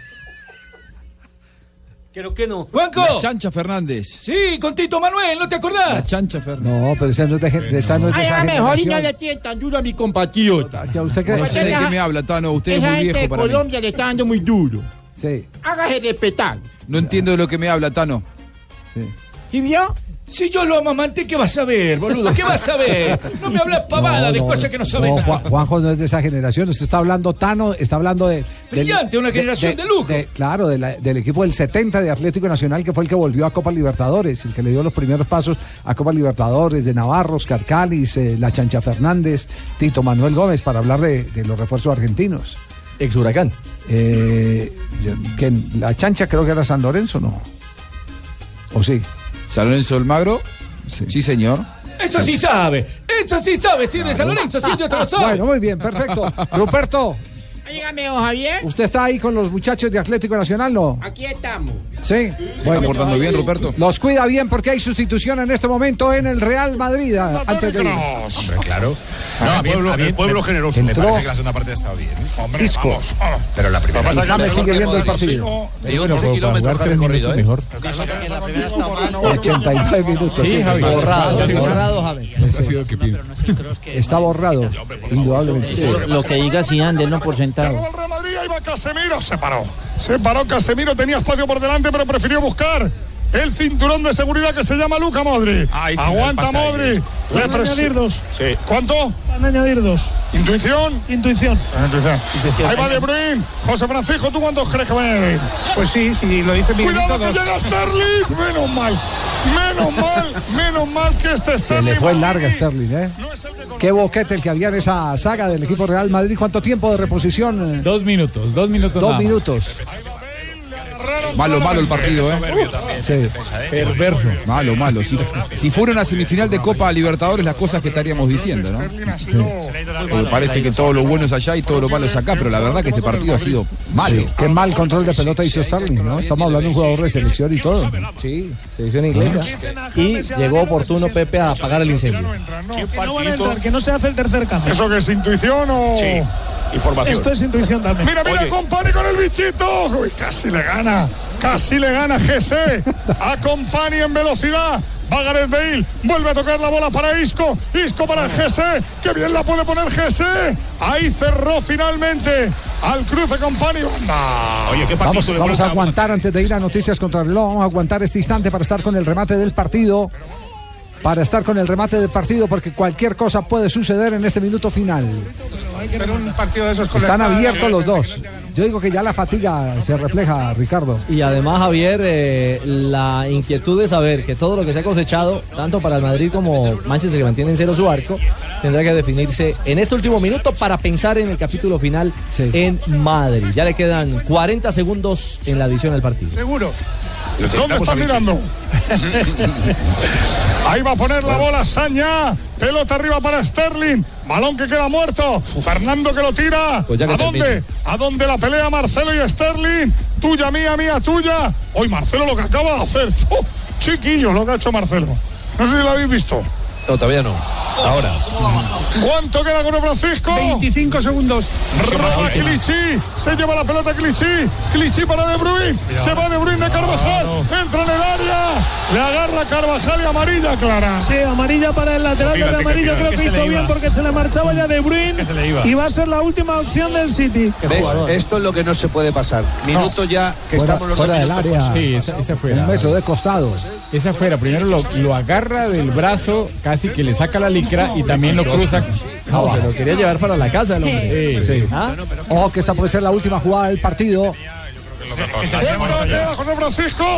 S25: Creo que no. ¡Juanco!
S3: La Chancha Fernández.
S25: Sí, con Tito Manuel, ¿no te acordás?
S3: La Chancha Fernández.
S7: No, pero esa no es de, gen- de, esa no es de
S25: Ay,
S7: esa
S25: a
S7: generación.
S8: tiene tan duro a mi compatriota.
S7: ¿Usted cree?
S3: No sé de qué me habla, Tano, usted es muy viejo para mí.
S8: le está dando muy duro.
S7: Sí.
S8: Hágase respetar.
S3: No entiendo de lo que me habla, Tano.
S25: ¿Y vio? Si yo lo amamanté, ¿qué vas a ver, boludo? ¿Qué vas a ver? No me hablas pavada
S7: No,
S25: de
S7: no,
S25: cosas que no sabes.
S7: no,
S25: nada.
S7: Juan- Juanjo no es de esa generación. Usted está hablando Tano, está hablando de. del-
S25: Brillante, una generación de lujo.
S7: claro, de la- del equipo del 70 de Atlético Nacional, que fue el que volvió a Copa Libertadores, el que le dio los primeros pasos a Copa Libertadores, de Navarros, Carcalis, eh, La Chancha Fernández, Tito Manuel Gómez, para hablar de, de los refuerzos argentinos. Eh,
S33: Ex Huracán.
S7: la Chancha creo que era San Lorenzo, ¿no? ¿O Oh, sí?
S3: San Lorenzo del Magro. sí señor.
S25: Eso sí sabe. Eso sí sabe, sí, de San Lorenzo, sí, yo te
S7: *laughs*
S25: lo sabe.
S7: Ah, Bueno, muy bien, perfecto. Ruperto,
S8: Dígame, don Javier.
S7: ¿usted está ahí con los muchachos de Atlético Nacional, no?
S8: Aquí estamos.
S7: Sí,
S3: está portando bien, Ruperto.
S7: Los cuida bien porque hay sustitución en este momento en el Real Madrid. a- Antes de ir.
S22: Hombre, claro. No, a mí-
S3: pueblo-
S22: a mí
S3: el pueblo
S22: me-
S3: generoso.
S22: Me parece
S3: Entró-
S22: que la segunda parte ha estado bien. ¿eh? Hombre, Isco. vamos. Ah. Pero la primera. Lo que pasa es que Dame, el sigue mejor viendo el tiempo de partido. Rodrigo, De Yo unos creo que kilómetros jugar ha tres recorrido, minutos ¿eh? mejor. Lo que pasa es que la primera
S7: 86 minutos.
S22: Sí, Javi. Borrado,
S12: borrado, James.
S7: Sí. Está borrado, indudablemente.
S12: Lo, lo que diga Zidane, denlo por sentado.
S20: Iba Casemiro, se paró. Se paró Casemiro, tenía espacio por delante, pero prefirió buscar el cinturón de seguridad que se llama Luca Modri.
S22: Ahí sí,
S20: Aguanta
S22: el pase ahí.
S20: Modri. Le
S22: Van a
S20: presi-
S22: añadir dos.
S20: Sí. ¿Cuánto? Van a añadir dos. ¿Intuición? Intuición. Ahí va De Bruyne. José Francisco, ¿tú cuántos crees que van a añadir? Pues sí, sí, lo dice
S1: Miguelito,
S20: Cuidado que
S1: dos.
S20: llega Sterling. Menos mal. Menos mal, menos mal que este
S7: Se
S20: Sterling.
S7: le fue
S20: va a
S7: larga
S20: venir.
S7: Sterling, ¿eh? Qué boquete el que había en esa saga del equipo Real Madrid. ¿Cuánto tiempo de reposición?
S11: Dos minutos, dos minutos.
S7: Dos
S11: nada más.
S7: minutos.
S3: Malo, malo el partido, ¿eh?
S7: Sí.
S3: Perverso. Malo, malo. Si, si fuera una semifinal de Copa Libertadores, las cosas que estaríamos diciendo, ¿no? Porque parece que todo lo bueno es allá y todo lo malo es acá, pero la verdad que este partido ha sido malo.
S7: Qué mal control de pelota hizo Sterling, ¿no? Estamos hablando de un jugador de selección y todo.
S33: Sí, selección inglesa. Y llegó oportuno Pepe a apagar el incendio.
S20: Que no van a entrar, que no se hace el tercer cambio. ¿Eso que es intuición o...? Sí,
S1: información. Esto es
S20: intuición también. Mira, mira,
S1: Oye.
S20: Company con el bichito. Uy, casi le gana, casi le gana GC. A Company en velocidad. Va Gareth Bale. Vuelve a tocar la bola para Isco. Isco para Gese. Que bien la puede poner Gese. Ahí cerró finalmente al cruce con Pani. Banda. Oye, qué
S7: Vamos, vamos a aguantar antes de ir a noticias contra el reloj. Vamos a aguantar este instante para estar con el remate del partido. Para estar con el remate del partido, porque cualquier cosa puede suceder en este minuto final.
S22: Pero un partido de esos con la
S7: Están
S22: espada,
S7: abiertos
S22: sí.
S7: los dos. Yo digo que ya la fatiga se refleja, Ricardo.
S15: Y además, Javier, eh, la inquietud de saber que todo lo que se ha cosechado, tanto para el Madrid como Manchester, que mantiene en cero su arco, tendrá que definirse en este último minuto para pensar en el capítulo final en Madrid. Ya le quedan 40 segundos en la adición al partido.
S20: Seguro. ¿Dónde está mirando? Ahí va a poner la bola Saña. Pelota arriba para Sterling. Balón que queda muerto. Fernando que lo tira.
S22: Pues ya que
S20: ¿A dónde?
S22: termine.
S20: ¿A dónde la pelea Marcelo y Sterling? Tuya, mía, mía, tuya. Hoy Marcelo lo que acaba de hacer. ¡Oh! Chiquillo lo que ha hecho Marcelo. No sé si lo habéis visto.
S34: No, todavía no. Ahora.
S20: ¿Cuánto queda con Francisco? 25 segundos. Roba Clichy. Se lleva la pelota Clichy. Clichy para De Bruyne. Se va De Bruyne a Carvajal. Entra en el área. Le agarra Carvajal y amarilla clara.
S14: Sí, amarilla para el lateral
S20: Fíjate
S14: del
S20: que
S14: amarillo.
S20: fíjate.
S14: Creo que
S20: Que se le
S14: hizo
S20: iba.
S14: bien porque se le marchaba ya de Bruyne.
S34: se le iba.
S14: Y va a ser la última opción del City.
S34: *laughs* ¿Ves? Esto es lo que no se puede pasar. Minuto ya que
S7: Fuera-
S34: estamos los dos
S7: fuera del
S34: minutos
S7: área.
S34: por-
S11: Sí, esa, esa fue.
S7: Un
S11: la-
S7: beso de costado.
S11: Esa fuera, primero lo, lo agarra del brazo, casi que le saca la licra y también lo cruza. No, se lo quería llevar para la casa el hombre. Sí, sí.
S7: Ah. Ojo que esta puede ser la última jugada del partido.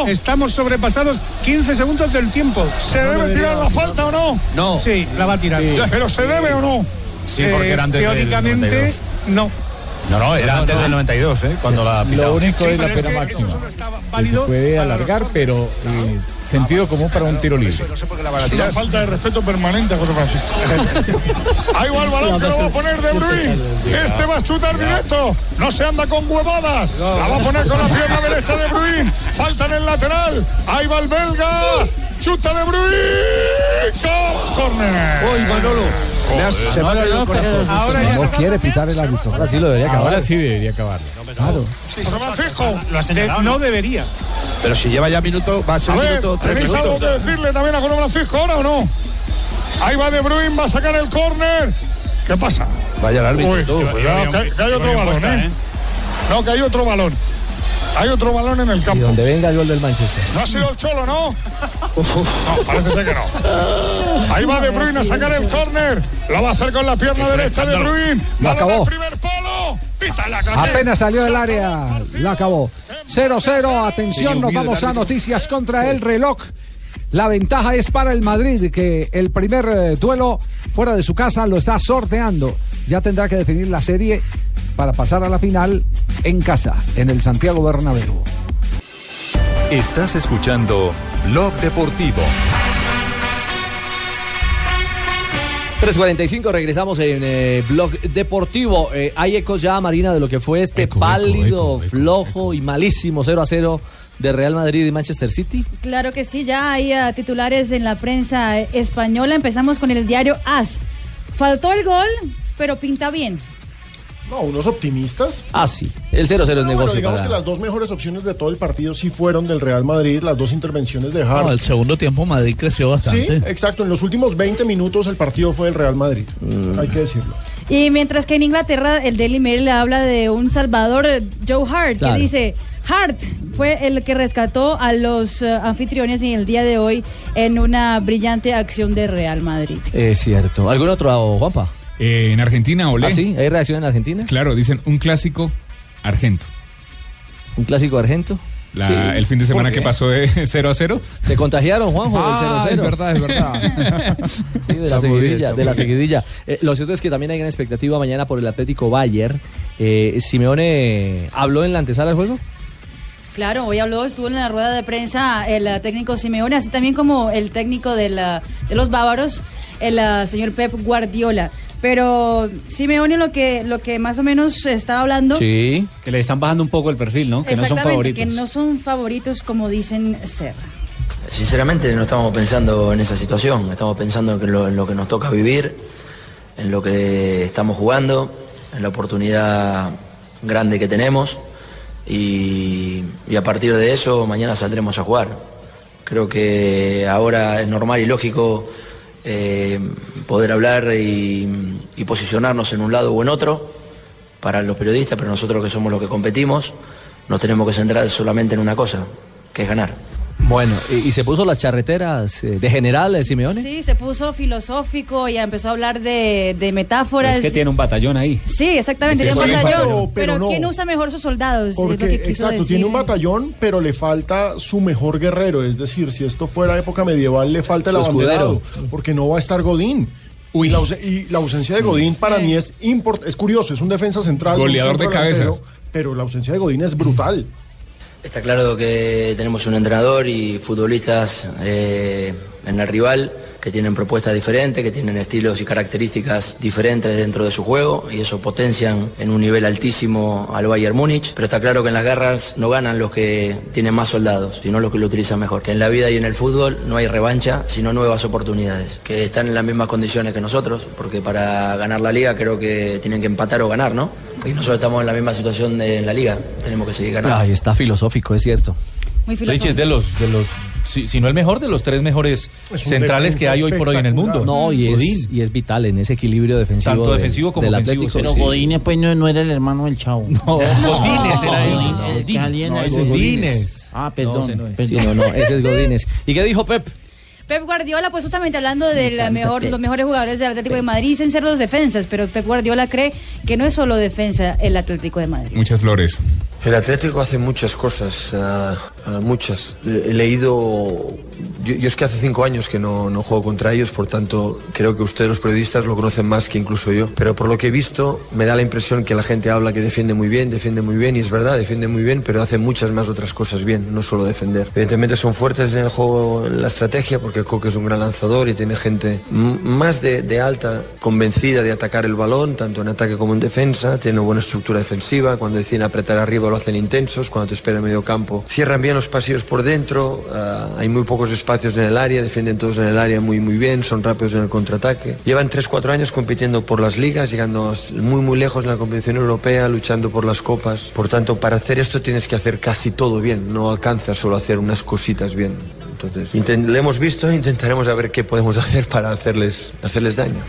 S18: Estamos sobrepasados 15 segundos del tiempo.
S20: ¿Se debe tirar la falta o no?
S34: No.
S18: Sí, la va a tirar.
S34: Sí.
S20: Pero ¿se debe o no?
S34: Sí,
S14: Eh,
S34: porque era antes del
S18: Teóricamente,
S34: 92.
S18: no.
S34: No, no, era antes del 92, ¿eh? Cuando la
S11: Lo
S34: pitaba.
S11: único
S34: Sí,
S11: es la
S34: pero
S11: pena
S34: que-
S11: máxima. que se puede alargar, pero eh, sentido común para un tiro libre.
S20: Es una falta de respeto permanente a José Francisco. Ahí va el balón que lo va a poner De Bruyne. Este va a chutar directo. No se anda con huevadas. La va a poner con la pierna derecha de Bruyne. Falta en el lateral. Ahí va el belga. Chuta De Bruyne. ¡Gol! Corner.
S34: Uy, Manolo. me has- se me ha caído el corazón.
S7: No quiere pitar el árbitro. Ahora sí lo debería
S11: acabar. Ahora sí debería acabar.
S7: Claro.
S20: José Francisco.
S34: señalado, ¿no?
S20: debería.
S34: Pero si lleva ya minuto, va a ser
S20: A ver,
S34: minuto tres
S20: ¿tenéis algo que
S34: minutos.
S20: decirle también a José Francisco ahora o no? Ahí va De Bruyne, va a sacar el córner. ¿Qué pasa?
S34: Vaya el árbitro,
S20: Uy,
S34: tú.
S20: cuidado,
S34: Iba bien-
S20: que, que hay
S34: iba
S20: otro
S34: bien
S20: balón,
S34: puesta,
S20: ¿eh? No, que hay otro balón. Hay otro balón en el campo.
S15: Donde venga el gol del Manchester.
S20: No ha sido el Cholo, ¿no? *laughs* No, parece ser que no. Ahí va De Bruyne a sacar el córner. Lo va a hacer con la pierna derecha de Bruyne.
S7: Lo acabó.
S20: Caté.
S7: Apenas salió del área, la acabó. 0-0, atención,
S3: Sí,
S7: nos
S3: un
S7: vamos
S3: video
S7: a
S3: del
S7: noticias contra el reloj. La ventaja es para el Madrid, que el primer eh, duelo fuera de su casa lo está sorteando. Ya tendrá que definir la serie para pasar a la final en casa, en el Santiago Bernabéu.
S1: Estás escuchando Blog Deportivo.
S15: 3.45, regresamos en eh, Blog Deportivo. Eh, hay ecos ya, Marina, de lo que fue este pálido, flojo y malísimo 0 a 0 de Real Madrid y Manchester City.
S13: Claro que sí, ya hay ah, titulares en la prensa eh, española. Empezamos con el diario AS. Faltó el gol, pero pinta bien.
S10: No, unos optimistas.
S15: Ah, sí. El 0-0 es
S10: No, bueno,
S15: negocio
S10: digamos
S15: para-
S10: que las dos mejores opciones de todo el partido sí fueron del Real Madrid, las dos intervenciones de Hart.
S21: No, el segundo tiempo Madrid creció
S10: sí,
S21: bastante.
S10: exacto. En los últimos 20 minutos el partido fue del Real Madrid.
S21: Mm.
S10: Hay que decirlo.
S13: Y mientras que en Inglaterra el Daily Mail le habla de un salvador, eh, Joe Hart,
S18: Claro.
S13: que dice, Hart fue el que rescató a los eh, anfitriones en el día de hoy en una brillante acción de Real Madrid.
S15: Es cierto. ¿Algún otro, Juanpa?
S6: Eh, en Argentina, Olé.
S15: ¿Ah, sí? ¿Hay reacción en Argentina?
S6: Claro, dicen un clásico argento.
S15: ¿Un clásico argento?
S6: La- Sí. El fin de semana ¿Por qué? que pasó de *laughs* 0 a 0.
S15: Se contagiaron, Juanjo, del
S6: Ah,
S15: 0-0.
S6: es verdad, es
S3: verdad.
S15: *laughs* sí, de la
S3: Está muy bien,
S15: seguidilla,
S3: está
S15: de la
S3: muy bien.
S15: seguidilla. Eh, lo cierto es que también hay gran expectativa mañana por el Atlético Bayern. Eh, Simeone habló en la antesala del juego.
S13: Claro, hoy habló, estuvo en la rueda de prensa el eh, técnico Simeone, así también como el técnico de, la- de los bávaros, el eh, señor Pep Guardiola. Pero Simeone lo que, lo que más o menos estaba hablando...
S35: Sí, que le están bajando un poco el perfil, ¿no? Que no son
S13: exactamente,
S35: favoritos.
S13: que no son favoritos como dicen ser.
S5: Sinceramente no estamos pensando en esa situación, estamos pensando en lo, en lo que nos toca vivir, en lo que estamos jugando, en la oportunidad grande que tenemos y, y a partir de eso mañana saldremos a jugar. Creo que ahora es normal y lógico eh, poder hablar y, y posicionarnos en un lado o en otro para los periodistas, pero nosotros que somos los que competimos, nos tenemos que centrar solamente en una cosa, que es ganar.
S15: Bueno, ¿y, y se puso las charreteras eh, de general de Simeone?
S13: Sí, se puso filosófico y empezó a hablar de, de metáforas.
S35: Es que tiene un batallón ahí.
S13: Sí, exactamente,
S35: Sí,
S13: tiene un
S35: sí,
S13: batallón.
S10: pero-
S13: Pero,
S10: pero no.
S13: ¿quién usa mejor sus soldados? Pues es lo
S10: Porque,
S13: que quiso
S10: exacto,
S13: decir.
S10: tiene un batallón, pero le falta su mejor guerrero. Es decir, si esto fuera época medieval, le falta el
S15: Su
S10: abanderado. Porque no va a estar Godín. Y, la, ausen- y la ausencia de Godín para mí es import es curioso. Es un defensa central. un
S36: Goleador
S10: centro
S36: de cabezas.
S10: delantero, Pero la ausencia de Godín es brutal.
S5: Está claro que tenemos un entrenador y futbolistas eh, en el rival que tienen propuestas diferentes, que tienen estilos y características diferentes dentro de su juego y eso potencian en un nivel altísimo al Bayern Múnich. Pero está claro que en las guerras no ganan los que tienen más soldados, sino los que lo utilizan mejor. Que en la vida y en el fútbol no hay revancha, sino nuevas oportunidades. Que están en las mismas condiciones que nosotros, porque para ganar la liga creo que tienen que empatar o ganar, ¿no? Y nosotros estamos en la misma situación de- en la liga, tenemos que seguir ganando.
S15: Ay, está filosófico, es cierto.
S13: Muy
S12: Richie es de los, de los si, si no el mejor, de los tres mejores centrales que hay hoy por hoy en el mundo.
S15: No, y
S12: Godín.
S15: es, y es vital en ese equilibrio defensivo.
S12: Tanto
S15: del-
S12: defensivo como
S15: del
S12: ofensivo,
S15: Atlético.
S37: Pero
S15: Sí.
S37: Godínez, pues no, no era el hermano del
S15: *laughs*
S37: chavo. No,
S15: Godínez era él.
S37: el que alguien-
S15: No,
S37: el
S15: ese es
S37: Godínez.
S15: Godínez.
S37: Ah, perdón.
S15: No, ese no es.
S37: perdón.
S15: Sí, *laughs* no, no, ese es Godínez. ¿Y qué dijo Pep?
S13: Pep Guardiola, pues justamente hablando de la mejor, los mejores jugadores del Atlético de Madrid, sin ser los defensas, pero Pep Guardiola cree que no es solo defensa el Atlético de Madrid.
S36: Muchas flores.
S23: El Atlético hace muchas cosas, ah, ah, muchas. He leído, yo, yo es que hace cinco años que no, no juego contra ellos, por tanto creo que ustedes los periodistas lo conocen más que incluso yo. Pero por lo que he visto me da la impresión que la gente habla que defiende muy bien, defiende muy bien y es verdad, defiende muy bien, pero hace muchas más otras cosas bien, no solo defender. Evidentemente son fuertes en el juego, en la estrategia, porque Coque es un gran lanzador y tiene gente m- más de, de alta, convencida de atacar el balón, tanto en ataque como en defensa, tiene una buena estructura defensiva, cuando deciden apretar arriba lo hacen intensos, cuando te espera en medio campo cierran bien los pasillos por dentro, ah, hay muy pocos espacios en el área, defienden todos en el área muy muy bien, son rápidos en el contraataque. Llevan 3-4 años compitiendo por las ligas, llegando as- muy muy lejos en la competición europea, luchando por las copas. Por tanto, para hacer esto tienes que hacer casi todo bien, no alcanza solo hacer unas cositas bien. Entonces, inten- le hemos visto e intentaremos a ver qué podemos *laughs* hacer para hacerles, hacerles daño.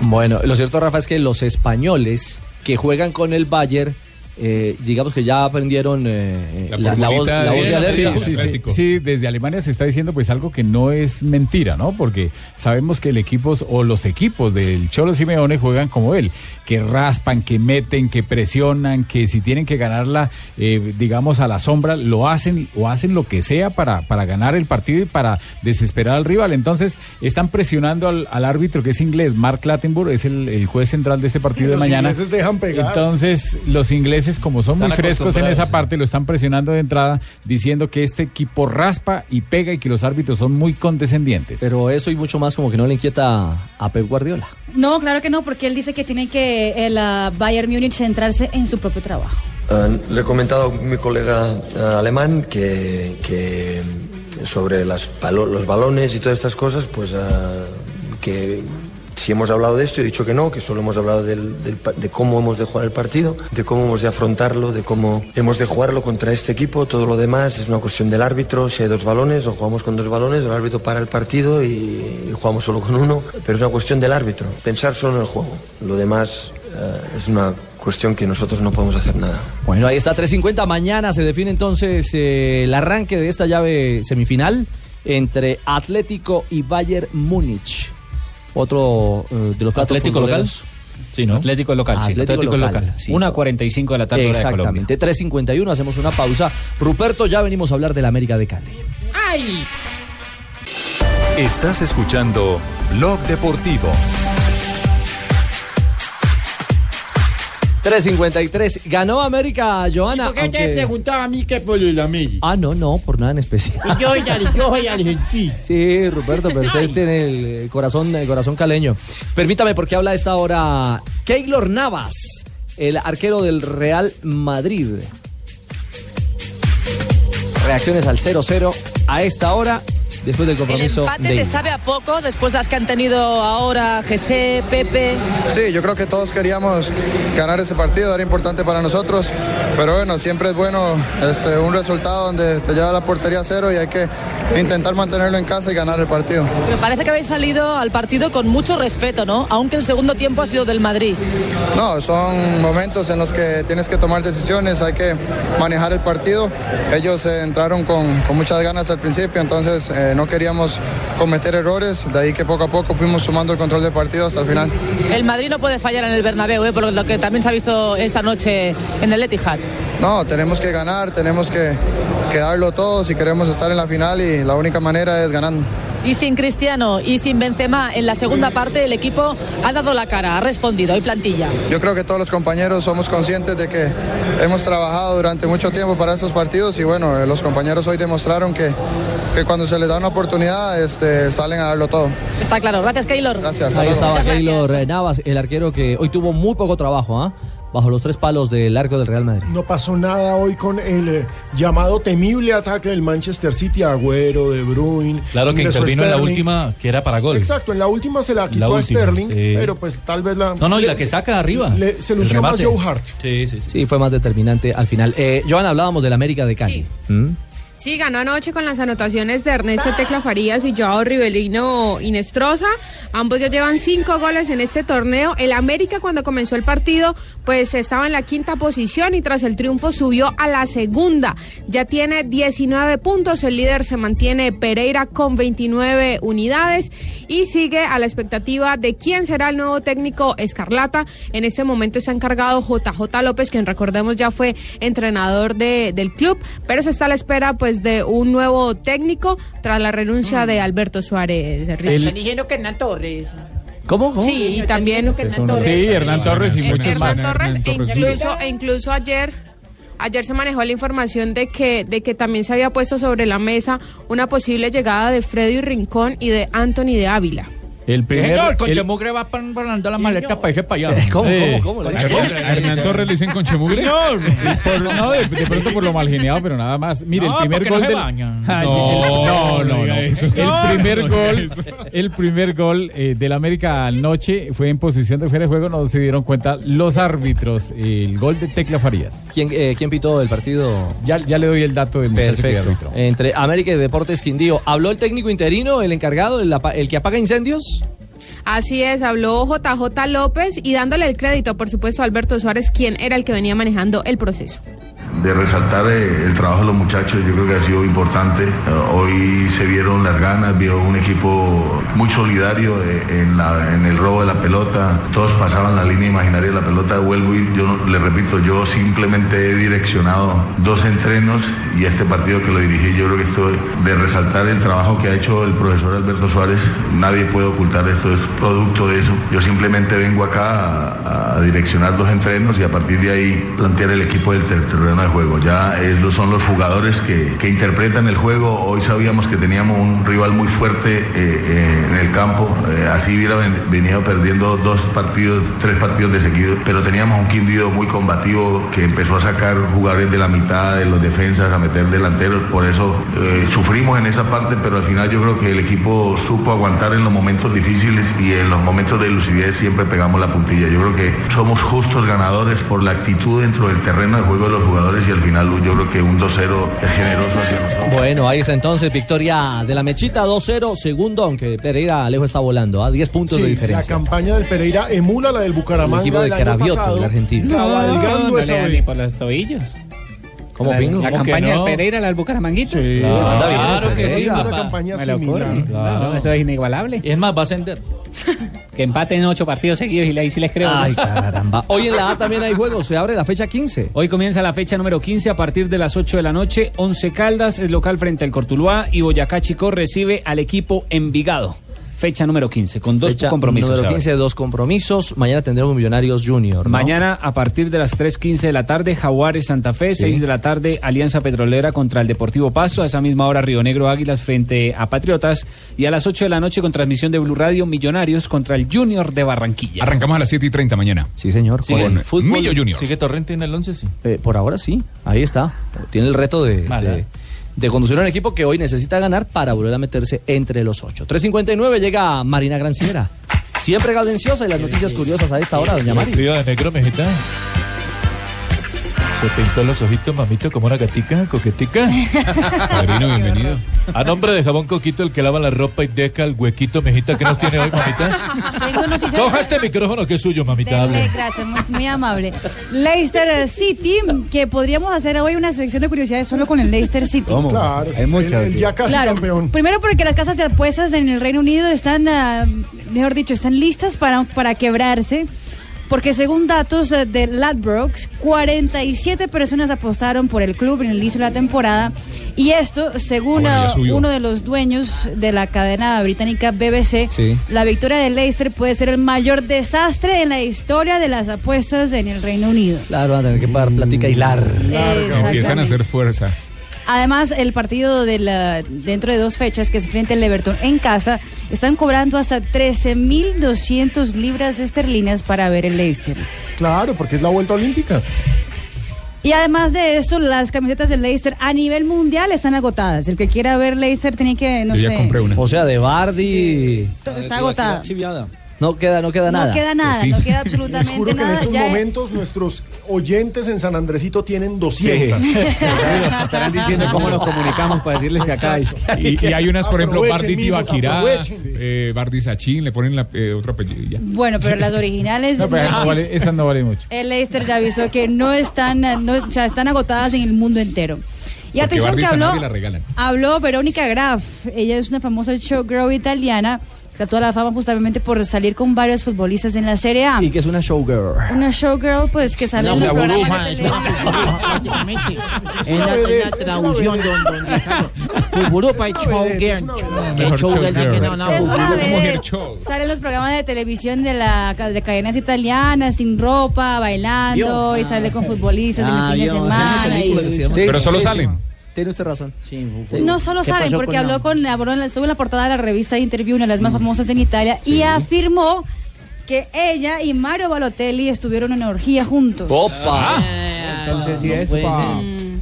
S15: Bueno, lo cierto, Rafa, es que los españoles que juegan con el Bayern, eh, digamos que ya aprendieron eh, la, la voz,
S11: formulita
S15: la voz de alerta.
S11: Sí, sí, sí, sí, desde Alemania se está diciendo pues algo que no es mentira, ¿no? Porque sabemos que el equipo o los equipos del Cholo Simeone juegan como él, que raspan, que meten, que presionan, que si tienen que ganarla, eh, digamos, a la sombra, lo hacen o hacen lo que sea para, para ganar el partido y para desesperar al rival. Entonces, están presionando al, al árbitro que es inglés, Mark Lattenburg, es el, el juez central de este partido de
S10: los
S11: mañana.
S10: ingleses dejan pegar.
S11: Entonces, los ingleses, como son
S10: Están
S11: muy frescos en esa
S10: acostumbrados, sí.
S11: parte, lo están presionando de entrada, diciendo que este equipo raspa y pega y que los árbitros son muy condescendientes.
S15: Pero eso y mucho más como que no le inquieta a Pep Guardiola.
S13: No, claro que no, porque él dice que tiene que el ah, Bayern Múnich centrarse en su propio trabajo.
S23: Ah, le he comentado a mi colega ah, alemán que, que sobre las balo- los balones y todas estas cosas, pues ah, que si hemos hablado de esto, he dicho que no, que solo hemos hablado del- del pa- de cómo hemos de jugar el partido, de cómo hemos de afrontarlo, de cómo hemos de jugarlo contra este equipo, todo lo demás es una cuestión del árbitro, si hay dos balones o jugamos con dos balones, el árbitro para el partido y jugamos solo con uno, pero es una cuestión del árbitro, pensar solo en el juego, lo demás ah, es una cuestión que nosotros no podemos hacer nada.
S15: Bueno, ahí está 3.50. Mañana se define entonces eh, el arranque de esta llave semifinal entre Atlético y Bayern Múnich. Otro eh, de los cuatro
S35: Atlético local.
S15: futboleros.
S35: Sí, ¿no? Atlético local, sí.
S15: Atlético
S35: Atlético
S15: local,
S35: local.
S15: sí.
S35: 1 a 45 de la tarde hora de Colombia.
S15: Exactamente, 3.51, hacemos una pausa. Ruperto, ya venimos a hablar de la América de Cali.
S8: ¡Ay!
S1: Estás escuchando Blog Deportivo.
S15: 3.53, ganó América, Joana.
S8: ¿Por qué te preguntaba a mí qué por el América?
S15: Ah, no, no, por nada en especial.
S8: Y Yo soy, de- yo soy argentino.
S15: Sí, Ruperto, pero usted tiene el eh, corazón, el corazón caleño. Permítame, porque habla a esta hora Keylor Navas, el arquero del Real Madrid. Reacciones al 0-0 a esta hora después del compromiso.
S38: El empate te sabe a poco después de las que han tenido ahora José, Pepe.
S33: Sí, yo creo que todos queríamos ganar ese partido, era importante para nosotros, pero bueno, siempre es bueno este, un resultado donde te lleva la portería a cero y hay que intentar mantenerlo en casa y ganar el partido.
S38: Me parece que habéis salido al partido con mucho respeto, ¿no? Aunque el segundo tiempo ha sido del Madrid.
S33: No, son momentos en los que tienes que tomar decisiones, hay que manejar el partido. Ellos eh, entraron con, con, muchas ganas al principio, entonces eh, no queríamos cometer errores, de ahí que poco a poco fuimos sumando el control del partido hasta el final.
S38: El Madrid no puede fallar en el Bernabéu, ¿eh? por lo que también se ha visto esta noche en el Etihad.
S33: No, tenemos que ganar, tenemos que, que darlo todo si queremos estar en la final y la única manera es ganando.
S38: Y sin Cristiano y sin Benzema en la segunda parte el equipo ha dado la cara, ha respondido, hay plantilla.
S33: Yo creo que todos los compañeros somos conscientes de que hemos trabajado durante mucho tiempo para estos partidos y bueno, los compañeros hoy demostraron que, que cuando se les da una oportunidad este, salen a darlo todo.
S38: Está claro, gracias Keylor.
S33: Gracias.
S15: Ahí estaba Keylor Navas, el arquero que hoy tuvo muy poco trabajo, ¿ah? ¿eh? bajo los tres palos del arco del Real Madrid.
S10: No pasó nada hoy con el eh, llamado temible ataque del Manchester City, Agüero, De Bruyne.
S29: Claro que intervino en la última, que era para gol.
S10: Exacto, en la última se la quitó la última, a Sterling, sí. pero pues tal vez la...
S15: No, no, y la que saca arriba.
S10: Le, se lució más Joe Hart.
S15: Sí, sí, sí. Sí, fue más determinante al final. Eh, Joan, hablábamos del América de Cali. Sí. ¿Mm?
S24: Sí, ganó anoche con las anotaciones de Ernesto Tecla Farías y Joao Rivelino Inestrosa. Ambos ya llevan cinco goles en este torneo. El América cuando comenzó el partido pues estaba en la quinta posición y tras el triunfo subió a la segunda. Ya tiene 19 puntos. El líder se mantiene Pereira con 29 unidades y sigue a la expectativa de quién será el nuevo técnico Escarlata. En este momento está encargado JJ López, quien recordemos ya fue entrenador de, del club, pero se está a la espera pues de un nuevo técnico tras la renuncia de Alberto Suárez.
S12: Están diciendo que Hernán Torres.
S15: ¿Cómo? ¿Cómo?
S24: Sí, y también
S11: sí, Hernán Torres. Sí, Hernán Torres y muchos
S24: Hernán Torres, e
S11: pues,
S24: incluso, e incluso ayer Ayer se manejó la información de que, de que también se había puesto sobre la mesa una posible llegada de Freddy Rincón y de Anthony de Ávila.
S11: El primer.
S12: Señor, con Chemugre va preparando la maleta para ese para
S15: *laughs*
S12: allá.
S15: ¿Cómo, cómo, cómo?
S11: ¿A Hernán Torres le dicen con Chemugre?
S12: Señor.
S11: Por, no, de, de, pronto por lo mal geniado, pero nada más. Mire,
S12: no,
S11: el primer gol.
S12: No,
S11: del...
S12: Ay,
S11: no, no, no, no. El primer gol, el primer gol eh, del América anoche fue en posición de fuera de juego, no se dieron cuenta los árbitros. El gol de Tecla Farías.
S15: ¿Quién, eh, ¿quién pitó el partido?
S11: Ya, ya le doy el dato del
S15: Perfecto. árbitro. Entre América y Deportes Quindío. ¿Habló el técnico interino, el encargado, el, el que apaga incendios?
S24: Así es, habló JJ López y dándole el crédito, por supuesto, a Alberto Suárez, quien era el que venía manejando el proceso
S31: de resaltar eh, el trabajo de los muchachos, yo creo que ha sido importante. Eh, Hoy se vieron las ganas, vio un equipo muy solidario eh, en, la, en el robo de la pelota, todos pasaban la línea imaginaria de la pelota, vuelvo y yo le repito, yo simplemente he direccionado dos entrenos y este partido que lo dirigí, yo creo que estoy de resaltar el trabajo que ha hecho el profesor Alberto Suárez, nadie puede ocultar esto, es producto de eso. Yo simplemente vengo acá a, a direccionar dos entrenos y a partir de ahí plantear el equipo del terreno el juego. Ya eh, son los jugadores que, que, interpretan el juego. Hoy sabíamos que teníamos un rival muy fuerte eh, eh, en el campo. Eh, así hubiera venido perdiendo dos partidos, tres partidos de seguido. Pero teníamos un Quindío muy combativo que empezó a sacar jugadores de la mitad de los defensas, a meter delanteros. Por eso eh, sufrimos en esa parte, pero al final yo creo que el equipo supo aguantar en los momentos difíciles y en los momentos de lucidez siempre pegamos la puntilla. Yo creo que somos justos ganadores por la actitud dentro del terreno de juego de los jugadores y al final yo creo que un 2-0 es generoso hacia nosotros.
S15: Bueno, ahí está entonces victoria de la Mechita 2-0, segundo, aunque Pereira Alejo está volando a 10 puntos sí, de diferencia.
S10: La campaña del Pereira emula la del Bucaramanga. El
S15: equipo de Carabioto, el argentino.
S10: Cabalgando no, esa
S35: no ni para las tobillas.
S15: ¿Cómo
S35: la,
S15: pingo?
S35: La
S15: ¿Cómo
S35: campaña del no? Pereira, la del Bucaramanguito.
S10: Sí,
S35: claro,
S10: claro que sí.
S35: papá.
S10: Una campaña Me similar.
S35: Claro. Eso es inigualable.
S15: Es más, va a ascender.
S35: que empaten ocho partidos seguidos y ahí sí les creo.
S15: Ay, caramba. Hoy en la A también hay juegos, se abre la fecha 15.
S35: Hoy comienza la fecha número 15 a partir de las 8 de la noche. Once Caldas es local frente al Cortuluá y Boyacá Chico recibe al equipo Envigado. Fecha número 15, con dos
S15: fecha
S35: compromisos.
S15: Número 15, dos compromisos. Mañana tendremos Millonarios Junior. ¿no?
S35: Mañana, a partir de las 3.15 de la tarde, Jaguares Santa Fe. Sí. 6 de la tarde, Alianza Petrolera contra el Deportivo Paso. A esa misma hora, Río Negro Águilas frente a Patriotas. Y a las 8 de la noche, con transmisión de Blue Radio, Millonarios contra el Junior de Barranquilla.
S6: Arrancamos
S35: *laughs*
S6: a las 7 y 30 mañana.
S15: Sí, señor.
S6: Sí, con el fútbol. Millo Junior.
S15: ¿Sigue Torrente en el 11? Sí. Eh, por ahora sí. Ahí está. Tiene el reto de, vale. de de conducir a un equipo que hoy necesita ganar para volver a meterse entre los ocho. 3.59 llega Marina Granciera. Siempre cadenciosa y las noticias curiosas a esta hora, doña Mari.
S29: Vestido de negro, mijita. Se pintó los ojitos, mamito, como una gatica, coquetica. Marino, bienvenido. A nombre de Jabón Coquito, el que lava la ropa y deja el huequito, mijita, que nos tiene hoy, mamita.
S13: *laughs* Tengo noticias.
S29: Coja este micrófono que es suyo, mamita.
S13: Dele,
S29: hable.
S13: gracias, muy, muy amable. Leicester City, que podríamos hacer hoy una sección de curiosidades solo con el Leicester City.
S10: Claro, hay muchas. ya casi
S13: Claro.
S10: campeón.
S13: Primero porque las casas de apuestas en el Reino Unido están, ah, mejor dicho, están listas para, para quebrarse. Porque según datos eh, de Ladbrokes, 47 personas apostaron por el club en el inicio de la temporada. Y esto, según
S38: Ah, bueno, ya
S13: ah,
S38: subió.
S13: uno de los dueños de la cadena británica BBC,
S38: Sí.
S13: la victoria de Leicester puede ser el mayor desastre en la historia de las apuestas en el Reino Unido.
S15: Claro, van a tener que pagar platica y lar.
S13: Exactamente.
S6: Empiezan a hacer fuerza.
S13: Además, el partido de la- dentro de dos fechas que se frente al Everton en casa, están cobrando hasta 13.200 libras esterlinas para ver el Leicester.
S10: Claro, porque es la vuelta olímpica.
S13: Y además de esto, las camisetas del Leicester a nivel mundial están agotadas. El que quiera ver Leicester tiene que, no sé,
S15: O sea, de Bardi.
S13: está agotada.
S15: No queda, no queda
S13: No
S15: nada.
S13: queda nada,
S15: Pues sí.
S13: no
S10: *laughs*
S13: queda
S10: Les juro
S13: absolutamente
S10: que en
S13: nada.
S10: estos
S13: ya-
S10: momentos nuestros oyentes en San Andresito tienen 200. *laughs*
S6: Sí.
S10: Estarán
S6: diciendo cómo nos
S10: comunicamos para decirles que acá hay.
S6: *laughs* Y, y hay unas, por ejemplo,
S10: Aprovechen,
S6: Bardi
S10: amigos,
S6: Tibaquirá,
S10: aprovechen.
S6: eh, Bardi Sachin, le ponen la, eh, otro apellido y ya.
S13: Bueno, pero las originales.
S6: No, pero
S13: no
S6: no vale-
S13: existen.
S6: esas no valen mucho.
S13: El Leicester ya avisó que no están, eh, no, o sea, están agotadas en el mundo entero. Y
S6: Porque
S13: atención
S6: Bardi
S13: que
S6: Sanabria
S13: habló,
S6: la regalan.
S13: habló Verónica Graf. Ella es una famosa showgirl italiana. que Está toda la fama justamente por salir con varios futbolistas en la Serie A.
S15: Y que es una showgirl.
S13: Una showgirl, pues que sale
S15: Una
S13: en los programas de
S15: burbuja,
S13: televisión.
S8: Es la, es la traducción, don, don Ricardo. Europa es showgirl. Que
S6: Mejor
S8: showgirl,
S6: showgirl.
S8: que no, no.
S13: Es una
S8: Europa
S13: vedette.
S8: mujer
S13: Sale en los programas de televisión de la ca- de cadenas italianas, sin ropa, bailando, y sale con futbolistas en
S8: Ah,
S13: Este el fin de
S8: vio.
S13: semana. y-
S6: Pero solo salen.
S15: Tiene usted razón.
S12: Este,
S13: No solo salen, porque habló con la, bueno, estuvo en la portada de la revista Interview, una de las
S12: Mm.
S13: más famosas en Italia, y afirmó que ella y Mario Balotelli estuvieron en una orgía juntos.
S37: Ah,
S8: Entonces sí
S12: No
S8: es.
S12: puede ser.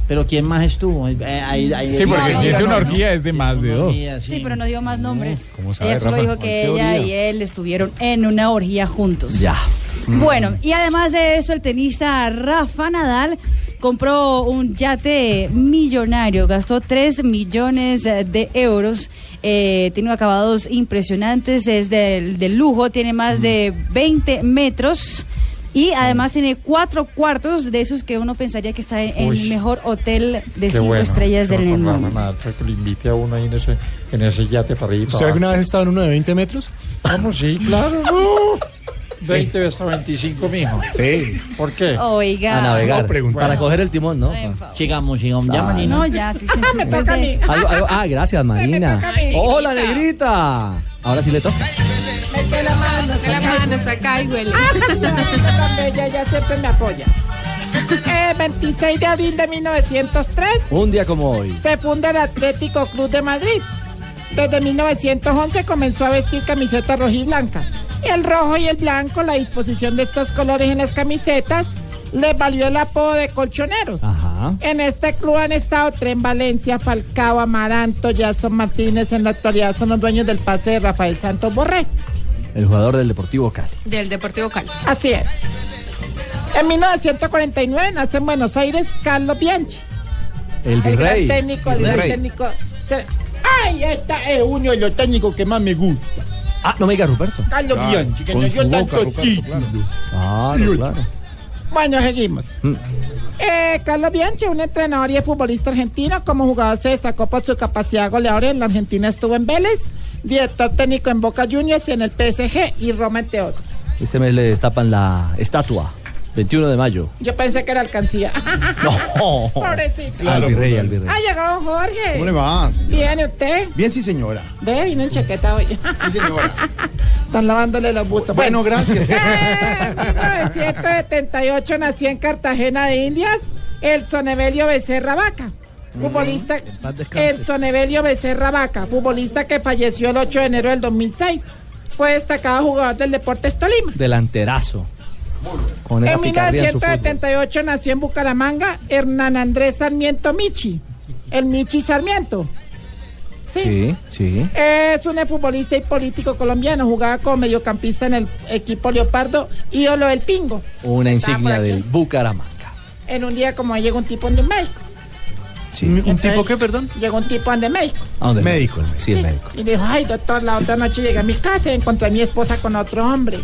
S12: Pero ¿quién más estuvo? Ah. Eh, ahí- ahí-
S11: Sí, porque
S12: ahí-
S11: si es
S12: ahí-
S11: una orgía es de más de dos.
S12: orgía,
S13: Sí, pero no dio más nombres.
S11: ¿cómo sabe,
S13: ella solo
S11: Rafa?
S13: dijo que
S11: ¿Cuál
S13: ella
S11: teoría?
S13: y él estuvieron en una orgía juntos. Mm. Bueno, y además de eso, el tenista Rafa Nadal compró un yate millonario, gastó 3 millones eh, de euros, eh, tiene acabados impresionantes, es del, de lujo, tiene más de 20 metros. Y además tiene cuatro cuartos de esos que uno pensaría que está en el
S19: Uy.
S13: mejor hotel de
S19: Qué
S13: cinco
S19: bueno,
S13: estrellas
S19: que
S13: del
S19: no
S13: mundo.
S19: programa nada, que le invite a uno ahí en ese, en ese yate para ir.
S30: ¿Usted alguna vez ha estado en uno de 20 metros?
S19: Vamos, sí,
S15: *laughs*
S19: claro. no. 20 hasta 25, mijo. Sí. ¿Por qué?
S13: Oiga.
S15: A navegar.
S19: No, preguntar.
S15: para coger el timón, ¿no? Pues,
S12: Sigamos, sigamos. Ya,
S15: Ah,
S12: Marina.
S13: No, ya, sí, sí, sí,
S12: toca a mí.
S15: Algo- algo-
S8: *laughs*
S15: ah, gracias, Marina. Hola, negrita. Ahora sí le toca.
S8: Mete la mano, saca la mano, saca y huele. tan bella, ella siempre me apoya. Eh, 26 de abril de 1903
S15: Un día como hoy.
S8: se funda el Atlético Club de Madrid. Desde 1911 comenzó a vestir camiseta roja y blanca. El rojo y el blanco, la disposición de estos colores en las camisetas, les valió el apodo de colchoneros.
S15: Ajá.
S8: En este club han estado Tren Valencia, Falcao, Amaranto, Jason Martínez. En la actualidad son los dueños del pase de Rafael Santos Borré.
S15: El jugador del Deportivo Cali.
S8: Del Deportivo Cali. Así es. En 1949 nace en Buenos Aires Carlos Bianchi.
S15: El
S8: El gran
S15: virrey.
S8: técnico, el gran técnico. Se- Ay, esta es uno de los técnicos que más me gusta.
S15: Ah, no me diga Ruperto.
S8: Carlos
S15: Claro,
S8: Bianchi, que
S15: con
S8: nos dio
S15: su boca,
S8: tanto
S15: Ruperto,
S8: título.
S15: Claro, claro.
S8: Bueno, seguimos.
S15: Mm.
S8: Eh, Carlos Bianchi, un entrenador y futbolista argentino, como jugador se destacó por su capacidad goleadora en la Argentina, estuvo en Vélez, director técnico en Boca Juniors y en el PSG y Roma, entre otros.
S15: Este mes le destapan la estatua. 21 de mayo.
S8: Yo pensé que era alcancía.
S15: No.
S8: *laughs* Pobrecito.
S15: Al virrey, al virrey.
S8: Ah, llegó Jorge.
S30: ¿Cómo le va, señora?
S8: Bien, ¿y usted?
S30: Bien, sí, señora.
S8: Ve, vino en chaqueta hoy. Sí, señora. *laughs* Están lavándole los bustos. Eh,
S30: Bueno, gracias.
S8: En 1978 nació en Cartagena de Indias el Sonevelio Becerra Vaca. Futbolista, el Sonevelio Becerra Vaca, futbolista que falleció el 8 de enero del 2006. Fue destacado jugador del Deportes Tolima.
S15: Delanterazo. Con esa
S8: En
S15: picardía en su fútbol.
S8: 1978 nació en Bucaramanga Hernán Andrés Sarmiento Michi, el Michi Sarmiento. Sí.
S15: Sí, sí.
S8: Es un futbolista y político colombiano, jugaba como mediocampista en el equipo Leopardo, ídolo del Pingo.
S15: Una
S8: Estaba Ah, por
S15: insignia
S8: aquí.
S15: del Bucaramanga.
S8: En un día como llegó un tipo de México.
S15: ¿Un
S8: tipo qué, perdón? Llegó un tipo de México.
S15: ¿A dónde? Médico. Sí, el médico.
S8: Y dijo, ay doctor, la otra noche llegué a mi casa y encontré a mi esposa con otro hombre.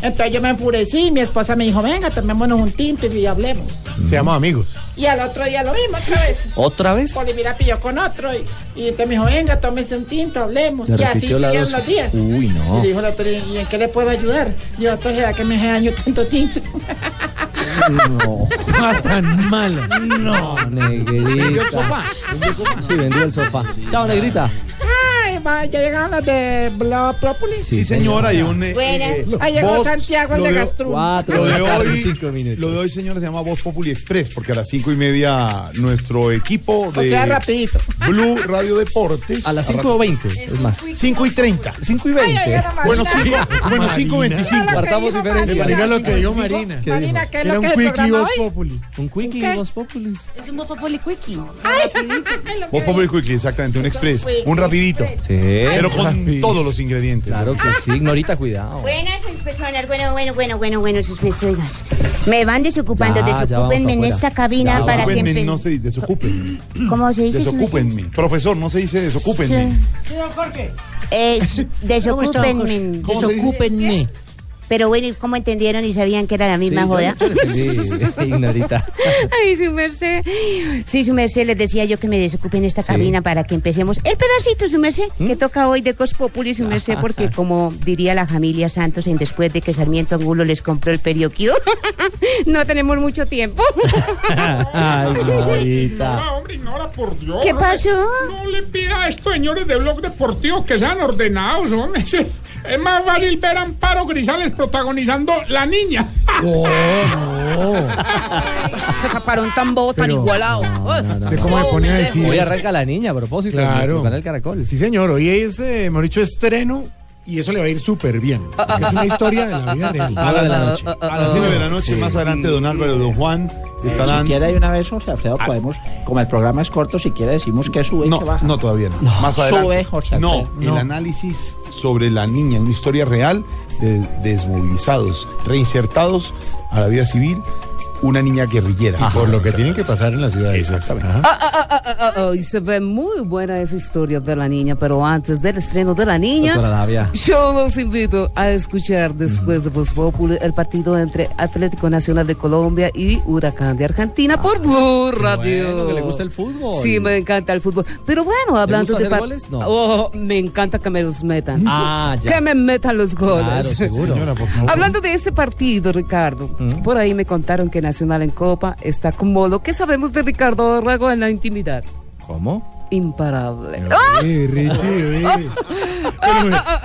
S8: Entonces yo me enfurecí y mi esposa me dijo, venga, tomémonos un tinto y hablemos.
S19: Se llama Amigos.
S8: Y al otro día lo mismo otra vez.
S15: ¿Otra vez?
S8: Polimira pilló con otro y, y entonces me dijo, venga, tómese un tinto, hablemos.
S15: Le
S8: y así
S15: repitió la
S8: siguieron
S15: dosis.
S8: los días.
S15: Uy, no.
S8: Y dijo el otro, ¿y en qué le puedo ayudar? Y yo, doctor, ¿será que me hace daño tanto tinto?
S15: *laughs* No. tan malo. No,
S8: *laughs* Vendió el
S15: negrita.
S8: sofá.
S15: Sí, vendió el sofá. Chao, negrita.
S8: Ay, va, ya llegaron los de Blog Populi.
S15: Sí, señora,
S30: y un, eh,
S8: Buenas.
S30: eh,
S8: Ahí llegó
S30: Vox,
S8: Santiago, el
S30: lo
S8: de
S30: de-
S8: Gastrú.
S30: Lo de, hoy,
S15: cinco
S30: lo de hoy, señores, se llama Voz Populi Express, porque a las cinco y media nuestro equipo
S8: O
S30: de
S8: sea, rapidito.
S30: Blue Radio Deportes.
S15: A las cinco o veinte, es más.
S30: 5 y 30.
S15: 5 y
S8: Ay, oiga, Marina.
S30: Bueno, sí, bueno, 5 y
S8: Marina.
S30: 25.
S8: Partamos diferencia. Marina, lo que dijo Marina.
S30: ¿Qué dijo?
S8: Marina, ¿qué es lo que es el programa hoy?
S19: Populi.
S15: Un quickie
S8: ¿Qué?
S15: y Voz Populi.
S39: Es un Voz Populi Quickie.
S30: Voz Populi Quickly, exactamente, un express. Un rapidito.
S15: Sí.
S30: eh, Pero con todos los ingredientes.
S15: Claro que sí, Norita,
S30: Oh.
S15: cuidado.
S40: Buenas, sus personas. Bueno, bueno, bueno, bueno, bueno, sus personas. Me van desocupando,
S30: Ya, ya vamos
S40: desocúpenme en
S30: afuera.
S40: esta cabina
S30: Ya,
S40: para que...
S30: desocúpenme,
S40: empe-
S30: no se dice, desocúpenme.
S40: ¿Cómo se dice? eso? No sé.
S30: Desocúpenme. Profesor, no se dice desocúpenme.
S40: Sí. Eh,
S30: *laughs*
S40: s- desocúpenme.
S30: ¿Cómo se dice?
S40: Desocúpenme. Pero bueno, ¿y cómo entendieron y sabían que era la misma joda? *laughs*
S15: Sí, Norita.
S40: Ay, su merced. Sí, su merced, les decía yo que me desocupen esta cabina para que empecemos el pedacito, su merced,
S15: ¿Mm?
S40: que toca hoy de Cospopuli, su merced,
S15: *laughs*
S40: porque como diría la familia Santos en después de que Sarmiento Angulo les compró el periódico, *laughs* no tenemos mucho tiempo.
S15: Ay, Norita.
S6: hombre, ignora, por Dios.
S40: ¿Qué
S6: hombre.
S40: pasó?
S6: No le pida a estos señores de Blog Deportivo que sean ordenados, hombre. *laughs* Sí. Es más fácil ver a Amparo Grisales protagonizando La Niña.
S19: Oh, no.
S12: Te taparon tan bobo, tan
S19: Pero-
S12: igualado.
S19: ¿Usted cómo me pone a decir
S15: Hoy
S19: eso?
S15: arranca la niña a propósito. en nuestro canal.
S19: Caracol. Sí, señor. Hoy es, eh, mejor dicho, estreno y eso le va a ir súper bien.
S8: Ah,
S19: Porque Es una historia de la vida real.
S30: A la de la noche. A las 9 de la noche,
S19: Sí.
S30: más adelante, don Álvaro y don Juan
S12: Si
S30: estarán.
S12: quiere de una vez, José Alfredo, podemos, como el programa es corto, si quiere decimos que sube y
S30: No,
S12: que baja.
S30: no todavía no.
S12: No,
S30: Más adelante.
S12: sube, Jorge
S30: no,
S12: Alfredo.
S30: el
S12: No.
S30: análisis sobre la niña, una historia real de desmovilizados, reinsertados a la vida civil, una niña guerrillera. por lo que tienen que pasar en la ciudad. Exactamente.
S41: Ah, ah, ah, ah, ah, ah, y se ve muy buena esa historia de la niña, pero antes del estreno de la niña,
S15: Doctora Davia.
S41: yo los invito a escuchar después de Voz Populi el partido entre Atlético Nacional de Colombia y Huracán de Argentina por Blue Radio.
S15: Bueno, que le gusta el Ah, fútbol.
S41: Sí, me encanta el fútbol. Pero bueno, hablando
S15: gusta
S41: de
S15: hacer
S41: par-
S15: goles? No.
S41: Oh, me encanta que me los metan.
S15: Ah, ya.
S41: Que me metan los goles.
S15: Claro,
S41: *laughs*
S15: seguro.
S41: Hablando de ese partido, Ricardo,
S15: Mm.
S41: por ahí me contaron que Nacional en Copa está como lo que sabemos de Ricardo Rago en la intimidad.
S15: ¿Cómo?
S30: Ah,
S41: Imparable.
S30: Sí, Richie,
S41: ¡Ah!
S30: ah.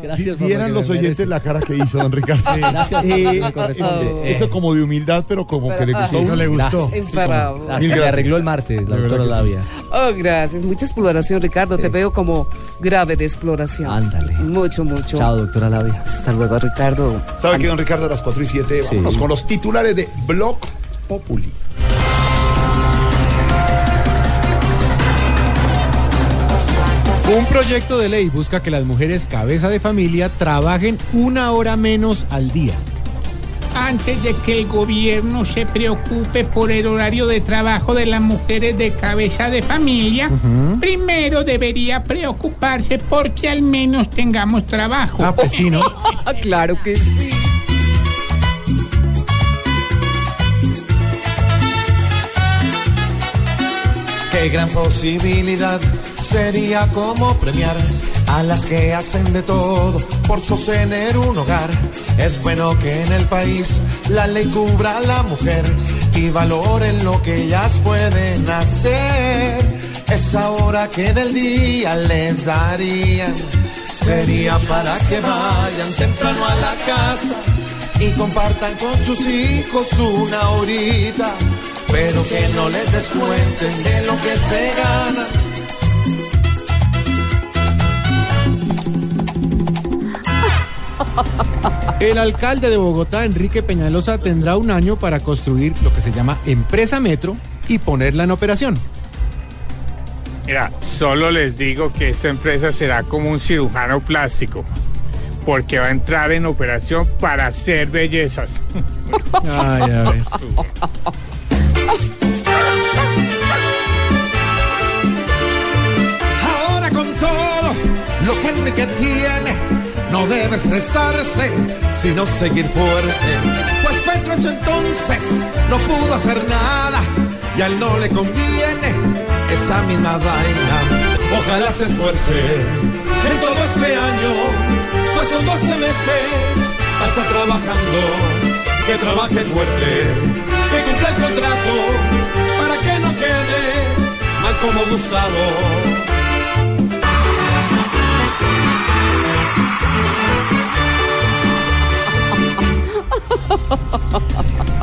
S15: Gracias,
S30: Vieran
S15: mamá, que
S30: los
S15: me
S30: oyentes la cara que hizo don Ricardo.
S41: Sí, gracias,
S30: Eh,
S41: papá, que me corresponde.
S30: eh, Eso como de humildad, pero como
S41: Pero,
S30: que le
S41: ah,
S30: gustó.
S41: sí, no le gustó.
S30: Gracias.
S41: Es bravo.
S30: Mil
S41: Hasta le
S30: gracias.
S15: arregló el martes, la
S30: De verdad
S15: doctora
S30: que sí.
S15: Labia.
S41: Oh, gracias. Mucha exploración, Ricardo. Te veo como grave de exploración.
S15: Ándale.
S41: Mucho, mucho.
S15: Chao, doctora Labia.
S41: Hasta luego, Ricardo.
S30: ¿Sabe qué, don Ricardo? A las 4 y 7 vámonos con los titulares de Blog Populi.
S19: Un proyecto de ley busca que las mujeres cabeza de familia trabajen una hora menos al día.
S6: Antes de que el gobierno se preocupe por el horario de trabajo de las mujeres de cabeza de familia, primero debería preocuparse porque al menos tengamos trabajo.
S19: *laughs* Ah, pues sí, ¿no?
S41: claro que sí.
S22: Qué gran posibilidad sería como premiar a las que hacen de todo por sostener un hogar. Es bueno que en el país la ley cubra a la mujer y valoren lo que ellas pueden hacer. Esa hora que del día les darían sería para que vayan temprano a la casa y compartan con sus hijos una horita, pero que no les descuenten de lo que se gana.
S19: El alcalde de Bogotá, Enrique Peñalosa, tendrá un año para construir lo que se llama Empresa Metro y ponerla en operación.
S6: Mira, solo les digo que esta empresa será como un cirujano plástico, porque va a entrar en operación para hacer bellezas. *laughs*
S42: Ay, a ver.
S22: Ahora con todo lo que Enrique tiene, no debe estresarse, sino seguir fuerte. Pues Petro en su entonces no pudo hacer nada y a él no le conviene esa misma vaina. Ojalá se esfuerce en todo ese año, pues son 12 meses, hasta trabajando, que trabaje fuerte, que cumpla el contrato, para que no quede mal como Gustavo.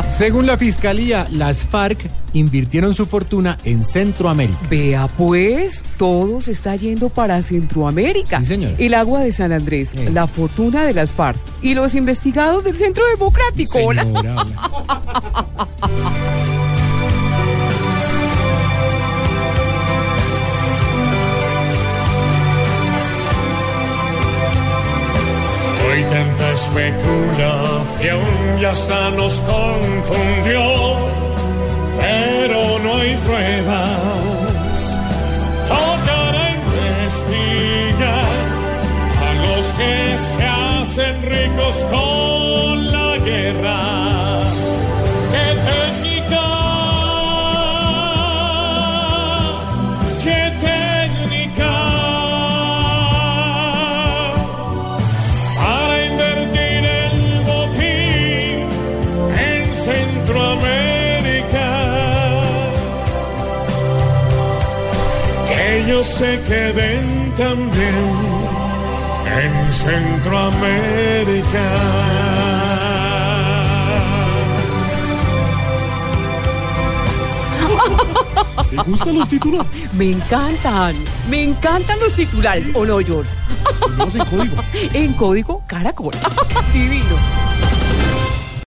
S19: Según la fiscalía, las FARC invirtieron su fortuna en Centroamérica.
S41: Vea pues, todo se está yendo para Centroamérica. El agua de San Andrés, la fortuna de las FARC y los investigados del Centro Democrático. *laughs* Hola.
S34: Hoy tanta especulación ya hasta nos confundió, pero no hay pruebas. Tocará investigar a los que se hacen ricos con la guerra. ¡Qué técnica! ¡Qué técnica! para invertir el botín en Centroamérica. Que ellos se queden también en Centroamérica.
S41: ¿Te gustan los titulares? Me encantan, me encantan los *laughs* titulares. ¿O no, George? en código. en código, caracol. Divino.